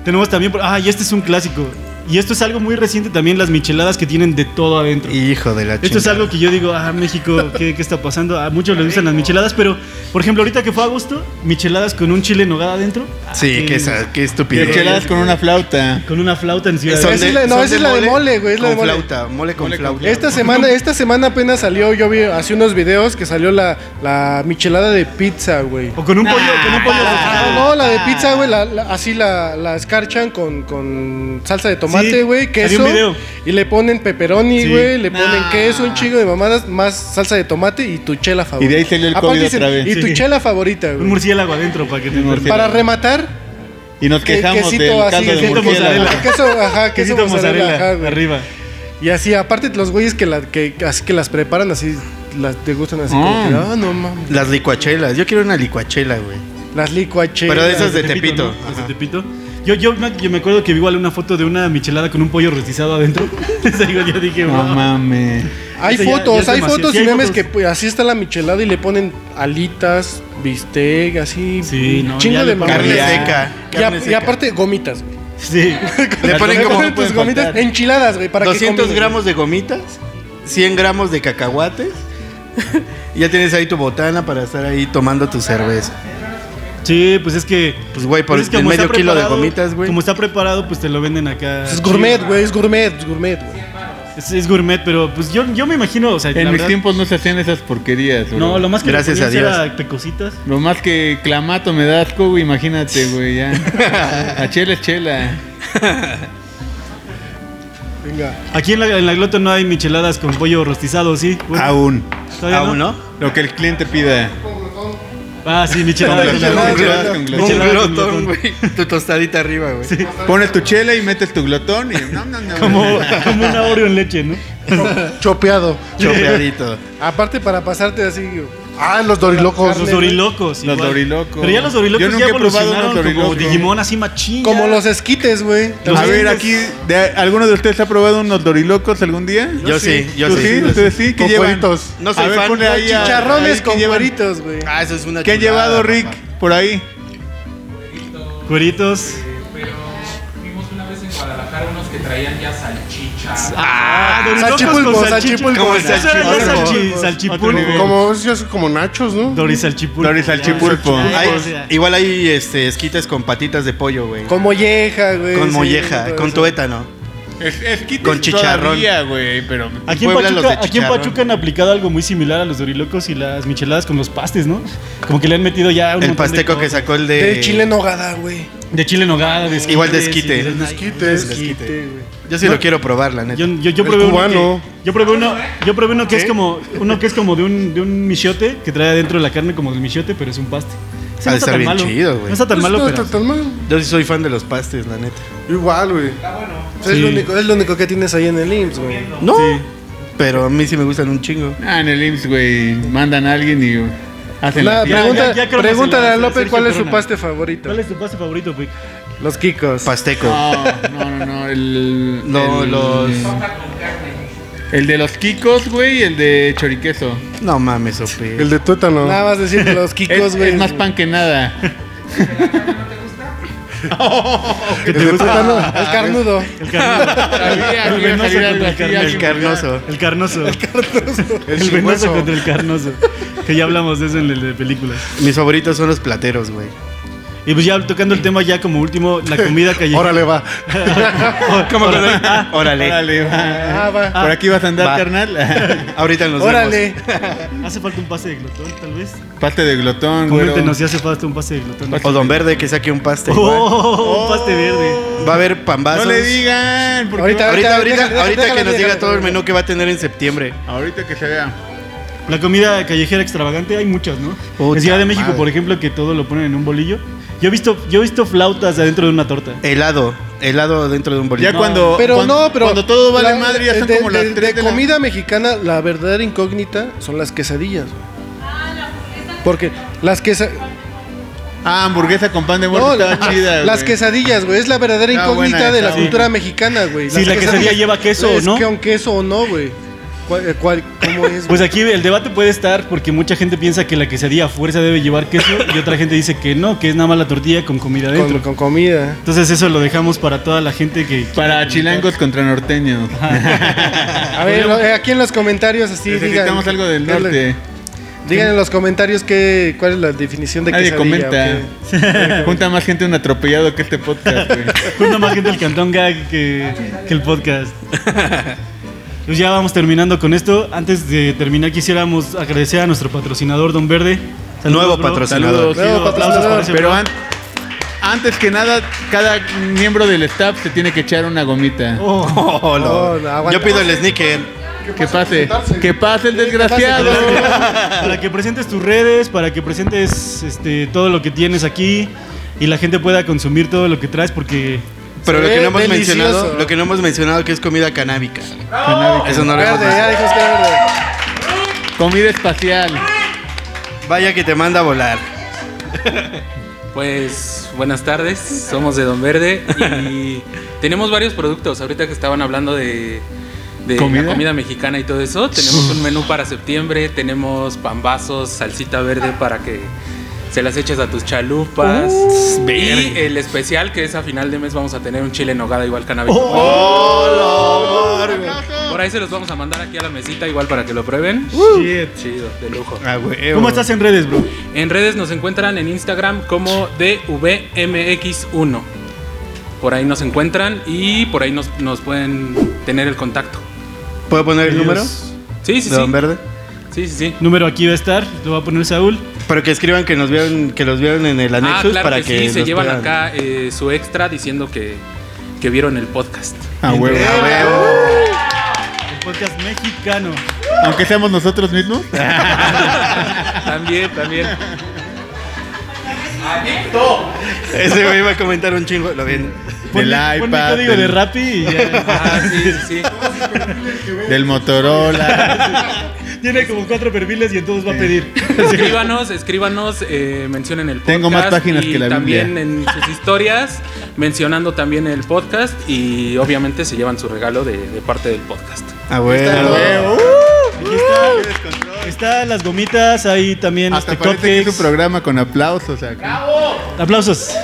S1: Tenemos también, por- ah, y este es un clásico. Y esto es algo muy reciente también, las micheladas que tienen de todo adentro.
S3: Hijo de la
S1: Esto es
S3: chingada.
S1: algo que yo digo, ah, México, ¿qué, qué está pasando? A muchos les gustan las micheladas, pero, por ejemplo, ahorita que fue agosto, micheladas con un chile en nogada adentro. Ah,
S3: Sí, qué, esa- qué estupidez.
S2: Micheladas con una flauta.
S1: Con una flauta en Ciudad
S3: Son
S1: de
S4: Esa es la- no,
S3: son
S4: esa es la de mole, güey, es la
S3: con
S4: de mole.
S3: flauta, mole con
S2: Mole con
S3: flauta.
S4: Esta semana, esta semana apenas salió, yo vi hace unos videos que salió la, la michelada de pizza, güey.
S1: O con un pollo, con un pollo
S4: Ah,
S1: rostizado.
S4: no, la de pizza, güey, la- la- así la, la escarchan con, con salsa de
S1: Sí,
S4: tomate, güey,
S1: había
S4: queso.
S1: un video.
S4: Y le ponen pepperoni,
S1: Sí.
S4: güey, le ponen
S2: Nah.
S4: queso, un chingo de mamadas, más salsa de tomate y tu chela
S2: Y
S4: favorita.
S2: de ahí salió el
S4: Aparte
S2: COVID otra vez.
S4: Y tu
S1: Sí.
S4: chela favorita,
S1: Un
S4: güey.
S1: murciélago adentro para que te
S2: Un murciélago.
S4: Para rematar,
S2: Y nos
S4: que-
S2: quejamos del
S4: quesito así,
S2: caldo de
S1: quesito
S2: murciélago.
S1: mozzarella.
S4: queso, ajá, queso
S1: Quesito
S4: mozzarella,
S1: mozzarella
S4: ajá, güey.
S1: arriba.
S4: Y así, aparte los güeyes que, la, que, así que las preparan así, las degustan así. como
S3: Mm.
S4: que, "Ah, no mames.
S3: Las licuachelas. Yo quiero una licuachela, güey.
S4: Las licuachelas.
S3: Pero de esas de
S1: Tepito,
S3: Tepito.
S1: ¿no? Las de
S3: ajá.
S1: Tepito. Yo, yo, me, yo me acuerdo que vi igual una foto de una michelada con un pollo rostizado adentro. Esa igual yo dije,
S2: No
S1: wow.
S2: mames.
S4: Hay
S1: Eso ya- ya
S4: fotos,
S1: es
S4: hay
S1: demasiado.
S4: fotos
S1: Sí,
S4: y
S1: hay
S4: memes
S1: fotos.
S4: que pues, así está la michelada y le ponen alitas, bistec, así.
S1: Sí,
S4: un
S1: no, ya
S4: chingo
S1: le
S4: de
S1: ponen-
S4: mamadas.
S3: Carne
S2: Ya.
S3: seca.
S4: Y,
S3: carne
S4: a- y
S3: seca.
S4: aparte gomitas, güey.
S1: Sí.
S3: Le ponen
S4: Le
S1: pues,
S3: como
S4: ponen tus
S2: pueden
S4: gomitas
S2: faltar.
S4: enchiladas, güey, para
S3: 200
S4: que combinen.
S3: gramos de gomitas, 100 gramos de cacahuates. y ya tienes ahí tu botana para estar ahí tomando tu cerveza.
S1: Sí, pues es que.
S3: Pues, güey, por
S1: pues es que
S3: el
S1: como
S3: medio
S1: está
S3: kilo de
S1: preparado-
S3: gomitas, güey.
S1: Como está preparado, pues te lo venden acá.
S4: Es gourmet, güey, es gourmet, es gourmet, güey.
S1: Es, es gourmet, pero pues yo, yo me imagino, o sea, la
S2: En mis
S1: verdad-
S2: tiempos no se hacían esas porquerías, güey.
S1: No, lo más que le
S3: Gracias a
S1: ponías
S3: Dios.
S1: era pecositas.
S2: Lo más que clamato me da asco, güey, imagínate, güey, ya. A chela, es chela.
S4: Venga.
S1: Aquí en la, en la glota no hay micheladas con pollo rostizado, sí. Bueno,
S3: Aún.
S1: todavía
S2: Lo que el cliente pida.
S1: Ah, sí, micheladas con
S2: Micheladas
S1: glotón.
S2: con glotón.
S1: Micheladas
S3: Un
S1: con glotón.
S3: glotón, güey. Tu tostadita arriba, güey.
S1: Sí,
S2: Pones tu chela y metes tu glotón y... No, no, no.
S1: como, como una Oreo en leche, ¿no?
S5: Chopeado.
S3: Chopeadito.
S4: Aparte para pasarte así, güey.
S5: Ah, los dorilocos.
S1: Los dorilocos.
S2: Los
S1: igual.
S2: dorilocos.
S1: Pero ya los dorilocos
S2: Yo nunca
S1: ya
S2: he probado unos
S1: evolucionaron como
S2: dorilocos.
S1: Digimon así machín.
S4: como
S1: ya.
S4: los e- esquites, güey.
S1: Los
S2: A ver,
S1: dientes.
S2: aquí, de- ¿alguno de ustedes ha probado unos dorilocos algún día?
S3: Yo sí, yo
S2: ¿Tú
S3: sí.
S2: sí? ¿Ustedes sí? ¿Qué
S5: Con
S2: llevan?
S5: cueritos.
S3: No
S2: A
S3: soy
S2: ver,
S3: fan.
S2: ponle ahí a-
S4: Chicharrones
S2: ahí, ¿qué
S4: con
S2: llevan?
S4: cueritos, güey.
S3: Ah, eso es una
S2: ¿Qué han
S3: chulada,
S2: llevado, Rick,
S3: papá.
S2: por ahí?
S1: Cueritos.
S9: Pero vimos una vez en Guadalajara unos que traían ya salchicha.
S1: Ah,
S4: salchipulpo, salchipulpo.
S3: Como el
S1: Eso era ya
S3: salchipulpo.
S1: salchi- salchipulpo.
S5: Como esos ya son como nachos, ¿no?
S1: Dorisalchipulpo.
S2: Dorisalchipulpo.
S1: Ya,
S3: Hay-
S1: o sea,
S3: igual hay este, esquites con patitas de pollo, güey. Con,
S4: Con molleja, güey. sí,
S3: molleja,
S4: todo
S3: con
S4: eso.
S3: tuétano.
S2: Es, esquites
S3: Con chicharrón.
S2: todavía, güey, pero...
S1: Aquí en,
S3: Puebla los
S1: Pachuca,
S3: de
S1: aquí en
S3: chicharrón.
S1: Pachuca han aplicado algo muy similar a los dorilocos y las micheladas con los pastes, ¿no? Como que le han metido ya un montón
S3: El
S1: de
S3: pasteco que
S1: cosas.
S3: sacó el de.
S4: De chile en nogada, güey.
S1: de chile en nogada, de
S3: Igual de
S1: esquites,
S3: esquite.
S1: y de-
S5: Esquites.
S4: Esquite, güey.
S3: Yo sí lo quiero probar, la neta.
S1: Yo, yo, yo
S5: El
S1: probé uno
S5: cubano.
S1: que, yo probé uno, yo probé uno que es como uno que es como de un de un michote que trae adentro la carne como del michote, pero es un paste. Ese
S3: Ha
S1: no
S3: de
S1: está
S3: estar
S1: tan
S3: bien
S1: malo.
S3: chido, güey.
S1: No está tan
S5: Pues
S1: malo,
S5: no
S1: pero
S5: está tan mal.
S3: Yo sí soy fan de los pastes, la neta.
S5: Igual, güey.
S4: Es, lo
S1: Sí.
S4: único, es lo único que tienes ahí en el IMSS, güey.
S3: No. Pero a mí sí me gustan un chingo.
S2: Ah, en el IMSS, güey, mandan a alguien y... Hacen
S4: La
S2: la
S1: Ya,
S4: pregunta,
S1: ya, ya creo que
S4: pregúntale
S1: se la-
S4: a López
S1: Sergio
S4: cuál es su
S1: Corona.
S4: paste favorito.
S1: ¿cuál es tu paste favorito, güey?
S4: Los Kikos.
S3: Pasteco.
S2: No, no, no, no, el...
S3: No,
S2: Ah, el-
S3: los-
S2: El de los kikos, güey, y el de choriqueso.
S3: No mames, Sofi.
S5: El de tuétano.
S4: Nada más decir que los
S2: Es,
S4: Kikos,
S2: es
S4: güey.
S2: más pan que nada.
S5: El de tuétano.
S4: El carnudo.
S1: El carnoso.
S2: Sabía que iba a salir algo así,
S3: El
S2: alguien
S3: carnoso.
S1: El carnoso. El venoso
S5: El chingüeso.
S1: contra el carnoso. Que ya hablamos de eso en el de películas.
S3: Mis favoritos son los plateros, güey.
S1: Y pues ya tocando el tema ya como último, la comida callejera.
S5: Órale, va.
S1: ¿Cómo que
S3: Órale.
S2: Órale, va.
S4: Ah, va.
S2: Por aquí vas a andar,
S3: Va.
S2: carnal.
S3: Ahorita nos vemos.
S4: Órale.
S1: Hace falta un pase de glotón, tal vez.
S2: Parte de glotón, güey.
S1: Coméntenos si hace falta un pase de glotón.
S3: O Don Verde que saque un paste. igual.
S1: Oh, un paste verde.
S3: Va a haber pambazos.
S2: No le digan. porque
S4: Ahorita-
S2: va-
S3: Ahorita, ahorita,
S4: Déjalo, déjalo,
S3: ahorita que
S4: déjalo,
S3: nos diga
S4: déjalo.
S3: todo el menú que va a tener en septiembre.
S2: Ahorita que se vea.
S1: La comida callejera extravagante hay muchas, ¿no?
S3: Puta
S1: en Ciudad de México,
S3: madre.
S1: por ejemplo, que todo lo ponen en un bolillo. Yo he visto, yo he visto flautas adentro de una torta.
S3: Helado. Helado dentro de un bolillo.
S2: Ya cuando.
S4: Pero
S2: cuando-
S4: no, pero.
S2: Cuando todo vale
S4: la-
S2: madre, ya son
S4: de-
S2: como las
S4: de-
S2: tres de,
S4: De
S2: la-
S4: comida mexicana, la verdadera incógnita son las quesadillas. güey.
S1: Ah,
S4: Porque las quesadillas.
S2: Ah, hamburguesa con pan de
S4: No,
S2: muerto estaba
S4: las-
S2: chida,
S4: las
S2: güey.
S4: quesadillas, güey, es la verdadera
S2: Está
S4: incógnita
S2: buena
S4: de
S2: esa,
S4: la
S2: sí.
S4: cultura mexicana, güey.
S1: Sí, la quesadilla
S4: quesadillas-
S1: lleva queso o
S4: es
S1: no.
S4: que Con queso o no, güey. ¿Cuál, eh, cuál- ¿Cómo es?
S1: Pues aquí el debate puede estar porque mucha gente piensa que la quesadilla a fuerza debe llevar queso y otra gente dice que no, que es nada más la tortilla con comida
S4: con,
S1: dentro.
S4: con comida.
S1: Entonces eso lo dejamos para toda la gente que...
S2: Para chilangos contra norteños.
S4: A ver, lo- eh, aquí en los comentarios así digan.
S2: Pues, Necesitamos algo del
S4: ¿qué es la-
S2: norte.
S4: Digan en los comentarios qué, cuál es la definición de
S2: Nadie comenta.
S4: quesadilla. o qué.
S2: Junta más gente un atropellado que este podcast, güey.
S1: Junta más gente el Cantón Gag que, que el podcast. Pues ya vamos terminando con esto. Antes de terminar, quisiéramos agradecer a nuestro patrocinador, Don Verde.
S3: Nuevo
S1: bro.
S3: patrocinador.
S2: Pues,
S1: Saludos,
S4: Nuevo
S1: tío. Aplausos
S4: patrocinador.
S1: para ese
S2: Pero
S1: bro.
S2: an- antes que nada, cada miembro del staff se tiene que echar una gomita.
S1: Oh,
S3: Oh, no.
S4: No, no, aguanta.
S3: Yo pido el sneaker.
S2: que pase. Que pase el desgraciado.
S1: para que presentes tus redes, para que presentes este, todo lo que tienes aquí y la gente pueda consumir todo lo que traes porque...
S3: Pero
S4: Se
S3: lo que
S4: ve
S3: no hemos
S4: delicioso.
S3: mencionado, lo que no hemos mencionado que es comida canábica. Eso no lo hemos
S4: Verde, ya
S3: mencionado.
S4: dijimos que era verde.
S2: Comida espacial.
S3: Vaya que te manda a volar.
S9: Pues buenas tardes, somos de Don Verde y tenemos varios productos. Ahorita que estaban hablando de, de
S2: ¿Comida?
S9: la comida mexicana y todo eso, tenemos un menú para septiembre, tenemos pambazos, salsita verde para que se las eches a tus chalupas. y el especial que es a final de mes vamos a tener un chile en nogada igual canábico. Por ahí se los vamos a mandar aquí a la mesita igual para que lo prueben.
S1: Shit.
S9: Chido, de lujo.
S3: Ah, güey.
S1: ¿Cómo estás en redes, bro?
S9: En redes nos encuentran en Instagram como DVMX1. Por ahí nos encuentran y por ahí nos, nos pueden tener el contacto.
S3: ¿Puedo poner el número
S9: Sí, sí,
S3: de Don
S9: sí.
S3: Verde?
S9: Sí, sí, sí.
S1: Número aquí va a estar, lo va a poner Saúl.
S3: Pero que escriban que nos vieron, que los vieron en el
S9: Ah,
S3: anexus
S9: claro
S3: para
S9: que,
S3: que,
S9: sí, se
S3: los
S9: llevan
S3: puedan-
S9: acá eh, su extra diciendo que, que vieron el podcast.
S4: Ah,
S2: A huevo.
S1: El podcast mexicano.
S2: Aunque seamos nosotros mismos.
S9: también, también.
S3: Ese güey va a comentar un chingo, lo bien.
S2: Del
S1: Ponle- ponle
S2: iPad,
S1: código de
S2: del,
S1: Rappi y ya.
S9: Ah, sí, sí, sí.
S2: del Motorola.
S1: Tiene como cuatro perfiles y en todos va a pedir.
S9: Escríbanos, escríbanos, eh, mencionen el podcast.
S2: Tengo más páginas
S9: y
S2: que la
S9: También en sus historias, mencionando también el podcast y obviamente se llevan su regalo de, de parte del podcast.
S3: A huevo.
S1: Aquí está. Está las gomitas, ahí también
S2: Hasta
S1: este
S2: parece que es un
S1: cupcakes.
S2: programa con aplausos. acá.
S1: Aplausos.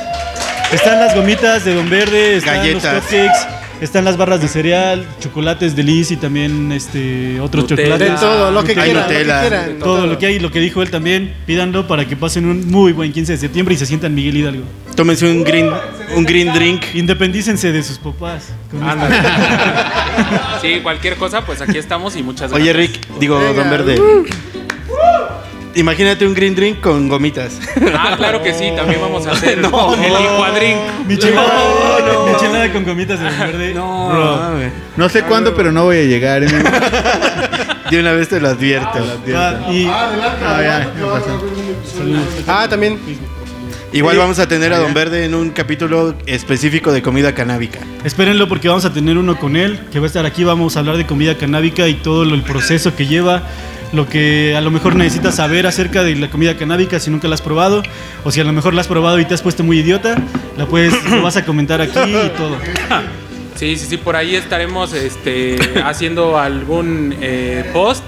S1: Están las gomitas de Don Verde, están los
S3: Galletas.
S1: cupcakes, están las barras de cereal, chocolates de Liz y también este otros
S9: Nutella.
S4: De
S1: chocolates.
S4: todo, lo que
S1: Nutella.
S4: quieran.
S3: Nutella.
S4: Lo que quieran.
S1: Todo lo que hay, lo que dijo él también, pídanlo para que pasen un muy buen 15 de septiembre y se sientan Miguel Hidalgo.
S3: Tómense un green, un green drink.
S1: Independícense de sus papás. Con esto.
S9: Sí, cualquier cosa, pues aquí estamos y muchas gracias.
S3: Oye, Rick, digo,
S4: Venga.
S3: Don Verde. Imagínate un green drink con gomitas.
S9: Ah, claro que sí, también vamos a hacer el licuadrink.
S1: Michelada, michelada con gomitas de Don Verde.
S9: No,
S1: Bro.
S2: No sé cuándo, pero no voy a llegar. ¿eh?
S3: De una vez te lo advierto.
S1: Va, y
S2: Ah, ya, ya pasó.
S4: Ah, también.
S3: Igual vamos a tener a Don Verde en un capítulo específico de comida canábica.
S1: Espérenlo porque vamos a tener uno con él, que va a estar aquí, vamos a hablar de comida canábica y todo lo- el proceso que lleva, lo que a lo mejor necesitas saber acerca de la comida canábica si nunca la has probado, o si a lo mejor la has probado y te has puesto muy idiota, la puedes, lo vas a comentar aquí y todo.
S9: Sí, sí, sí, por ahí estaremos este, haciendo algún eh, post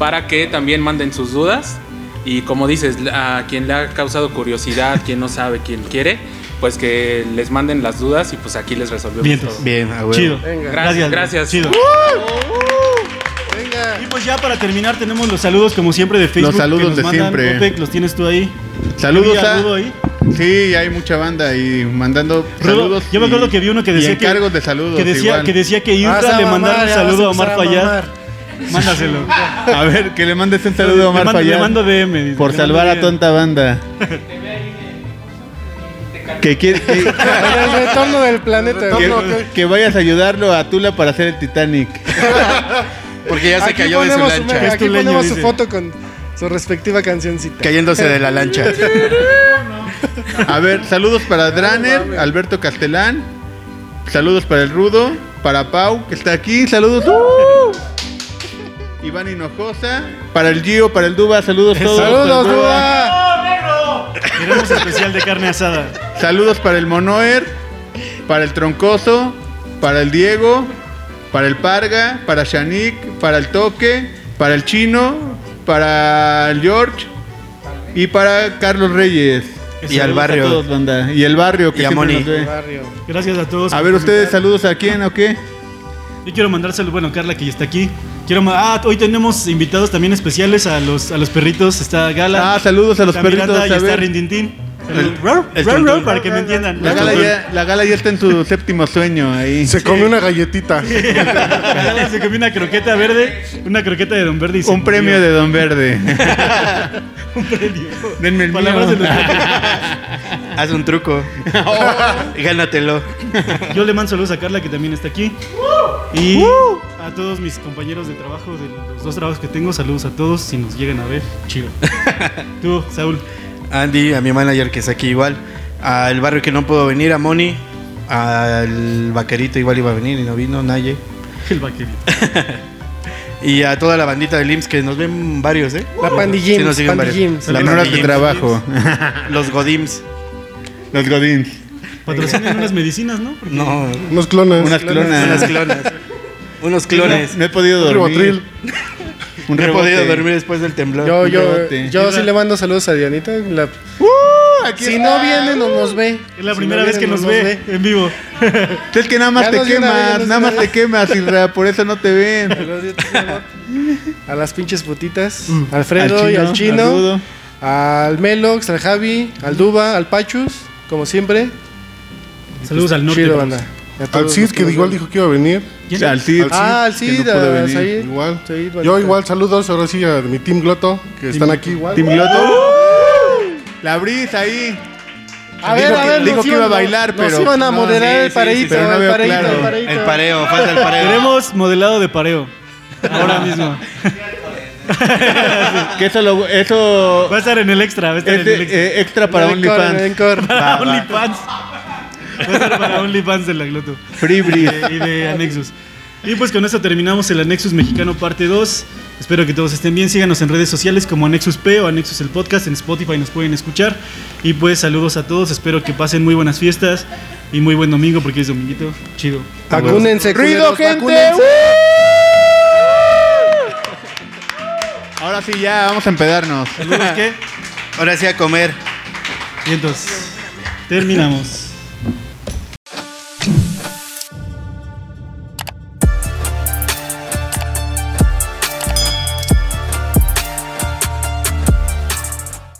S9: para que también manden sus dudas. Y como dices, a quien le ha causado curiosidad, quien no sabe, quien quiere, pues que les manden las dudas y pues aquí les resolvemos
S1: Vientos.
S9: todo.
S3: Bien, a huevo.
S1: Chido.
S4: Venga.
S9: Gracias, gracias.
S1: Chido.
S4: Venga.
S1: Y pues ya para terminar tenemos los saludos como siempre de Facebook.
S2: Los saludos
S1: que nos
S2: de
S1: mandan.
S2: siempre.
S1: Opec, los tienes tú ahí.
S2: Saludos
S1: Había
S2: a-
S1: Rudo ahí.
S2: Sí, hay mucha banda y mandando
S1: Rudo,
S2: saludos.
S1: yo me
S2: y-
S1: acuerdo que vi uno que
S2: y
S1: decía que,
S2: encargos de saludos.
S1: que decía
S2: igual.
S1: que decía que Irra
S4: Vas a
S1: le
S4: mamar,
S1: mandara un
S4: ya
S1: saludo a
S4: vas
S1: Omar
S4: empezar
S1: Fayad.
S4: mamar.
S1: Mándaselo.
S2: A ver, que le mandes un saludo a Omar
S1: le mando, le
S2: Fayad
S1: mando DM. dice,
S2: por
S1: le mando
S2: salvar a
S1: DM.
S2: tonta banda. Que, quiere- que,
S4: Oye, El retorno del planeta.
S2: que- que vayas a ayudarlo a Tula para hacer el Titanic.
S3: Porque ya se
S4: Aquí
S3: cayó de su
S4: ponemos su-
S3: lancha.
S1: Es
S4: Aquí
S1: tu leño,
S4: ponemos su
S1: dice.
S4: foto con su respectiva cancioncita.
S3: Cayéndose de la lancha.
S2: A ver, saludos para Draner, Alberto Castelán. Saludos para el Rudo, para Pau, que está aquí. Saludos.
S1: Uh.
S2: Iván Hinojosa, para el Gio, para el Duba. Saludos todos.
S4: Saludos,
S2: Para el Duba.
S4: Duda.
S1: Queremos especial de carne asada.
S2: Saludos para el Monoer, para el Troncoso, para el Diego, para el Parga, para Shanik, para el Toque, para el Chino, para el George y para Carlos Reyes.
S3: Y al barrio.
S2: A todos, banda. Y el barrio que
S3: Y a
S2: siempre
S3: Moni.
S2: nos ve.
S4: Barrio.
S1: Gracias a todos.
S2: A
S1: por
S2: ver,
S1: comentar.
S2: ustedes, saludos a quién o qué.
S1: Yo quiero mandárselo, bueno, Carla que ya está aquí. Quiero ma- ah, hoy tenemos invitados también especiales a los, a los perritos. Está Gala.
S2: Ah, saludos a los
S1: está
S2: perritos.
S1: Miranda y
S2: a
S1: está
S2: ver.
S1: Rintintín.
S3: El-
S1: Rau,
S3: el
S1: rau,
S3: tuntún.
S1: rau, para que me entiendan.
S2: La gala, ya, la gala ya está en su séptimo sueño ahí.
S5: Se come una
S1: La
S5: galletita.
S1: Gala se comió una croqueta verde, una croqueta de Don Verde. y se
S2: Un premio
S1: murió.
S2: de Don Verde.
S1: Un premio.
S2: Denme el
S1: Palabras de
S2: mío.
S3: Haz un truco. Gánatelo.
S1: Yo le mando saludos a Carla que también está aquí. Y a todos mis compañeros de trabajo, de los dos trabajos que tengo, saludos a todos. Si nos llegan a ver, chido. Tú, Saúl.
S3: Andy, a mi manager que está aquí igual. Al barrio que no puedo venir, a Moni. Al vaquerito igual iba a venir y no vino, Naye.
S1: El vaquerito.
S3: Y a toda la bandita del IMSS que nos ven varios, ¿eh?
S4: La pandillín,
S3: Sí, nos siguen
S4: pandillín.
S3: varios.
S2: La
S3: La
S2: menor de
S3: pandillín.
S2: trabajo.
S3: Los Godims.
S2: Los Godins.
S1: Patrocinan unas medicinas, ¿no? Porque-
S3: No,
S5: Unos clones.
S2: Unas
S3: unas
S2: clonas.
S3: clonas. Unos
S2: No,
S3: clones.
S2: no he podido
S5: Un
S2: dormir.
S5: ribotril.
S2: Un
S3: No he
S2: rebote.
S3: podido dormir después del temblor.
S4: Yo, yo,
S2: rebote.
S4: yo sí le mando saludos a Dianita. la-
S2: Uh, Aquí
S4: si
S2: está.
S4: no viene, no nos ve.
S1: Es la
S4: Si
S1: primera
S4: no
S1: vez que
S4: viene,
S1: nos
S4: no
S1: ve en vivo.
S2: Es que nada más
S4: Ya
S2: te
S4: nos dio una vez, ya
S2: quemas,
S4: nos
S2: nada
S4: dio
S2: más
S4: una
S2: te quemas, Isra, por eso no te ven.
S4: A las pinches putitas.
S1: Mm.
S4: Alfredo y al
S2: al
S4: chino.
S2: Rudo.
S4: al Melox, al Javi, al Duba, al Pachus, como siempre.
S1: Saludos al norte. pues.
S4: Chido, banda. Y a
S5: Al
S4: todos
S5: Cid,
S4: los
S5: que
S4: nos
S5: igual
S4: ven.
S5: dijo que iba a venir.
S1: ¿Quién?
S2: Al Cid.
S4: Ah, al
S2: que
S4: Cid,
S2: no pudo
S4: a
S2: venir.
S4: Said.
S5: Igual.
S4: Said,
S5: Yo
S4: Valita.
S5: igual, saludos ahora sí a mi Team Gloto, que están aquí igual.
S2: Team Gloto. La brisa ahí.
S4: A ver,
S2: Dijo
S4: a
S2: que-
S4: ver, nos
S2: dijo que iba a
S4: iban-
S2: bailar,
S4: nos
S2: pero-
S4: iban a
S2: no,
S4: moderar
S2: sí,
S4: el
S2: sí,
S4: pareíto,
S2: sí, pero no
S4: el
S2: veo
S4: pareíto,
S2: claro.
S4: el pareíto.
S3: El pareo, falta el pareo.
S1: Tenemos modelado de pareo. Ahora mismo.
S2: Que eso lo- eso
S1: Va a estar en el extra. Va a estar
S2: es
S1: en el extra.
S2: de- eh, extra para
S4: Encore,
S2: OnlyFans.
S4: encore.
S1: Para OnlyFans. Va a estar para OnlyFans de la Gloto.
S2: Free
S1: y
S2: Breeze.
S1: de, y de Anexus. Y pues con esto terminamos el Anexus Mexicano parte 2. Espero que todos estén bien. Síganos en redes sociales como Anexus P o Anexus el podcast. En Spotify nos pueden escuchar. Y pues saludos a todos. Espero que pasen muy buenas fiestas y muy buen domingo porque es dominguito. Chido.
S4: Vacúnense,
S2: Ruido,
S4: culeros,
S2: gente.
S4: vacúnense.
S2: Ahora sí, ya vamos a empedarnos.
S1: Saludos que
S3: Ahora sí a comer.
S1: y entonces terminamos.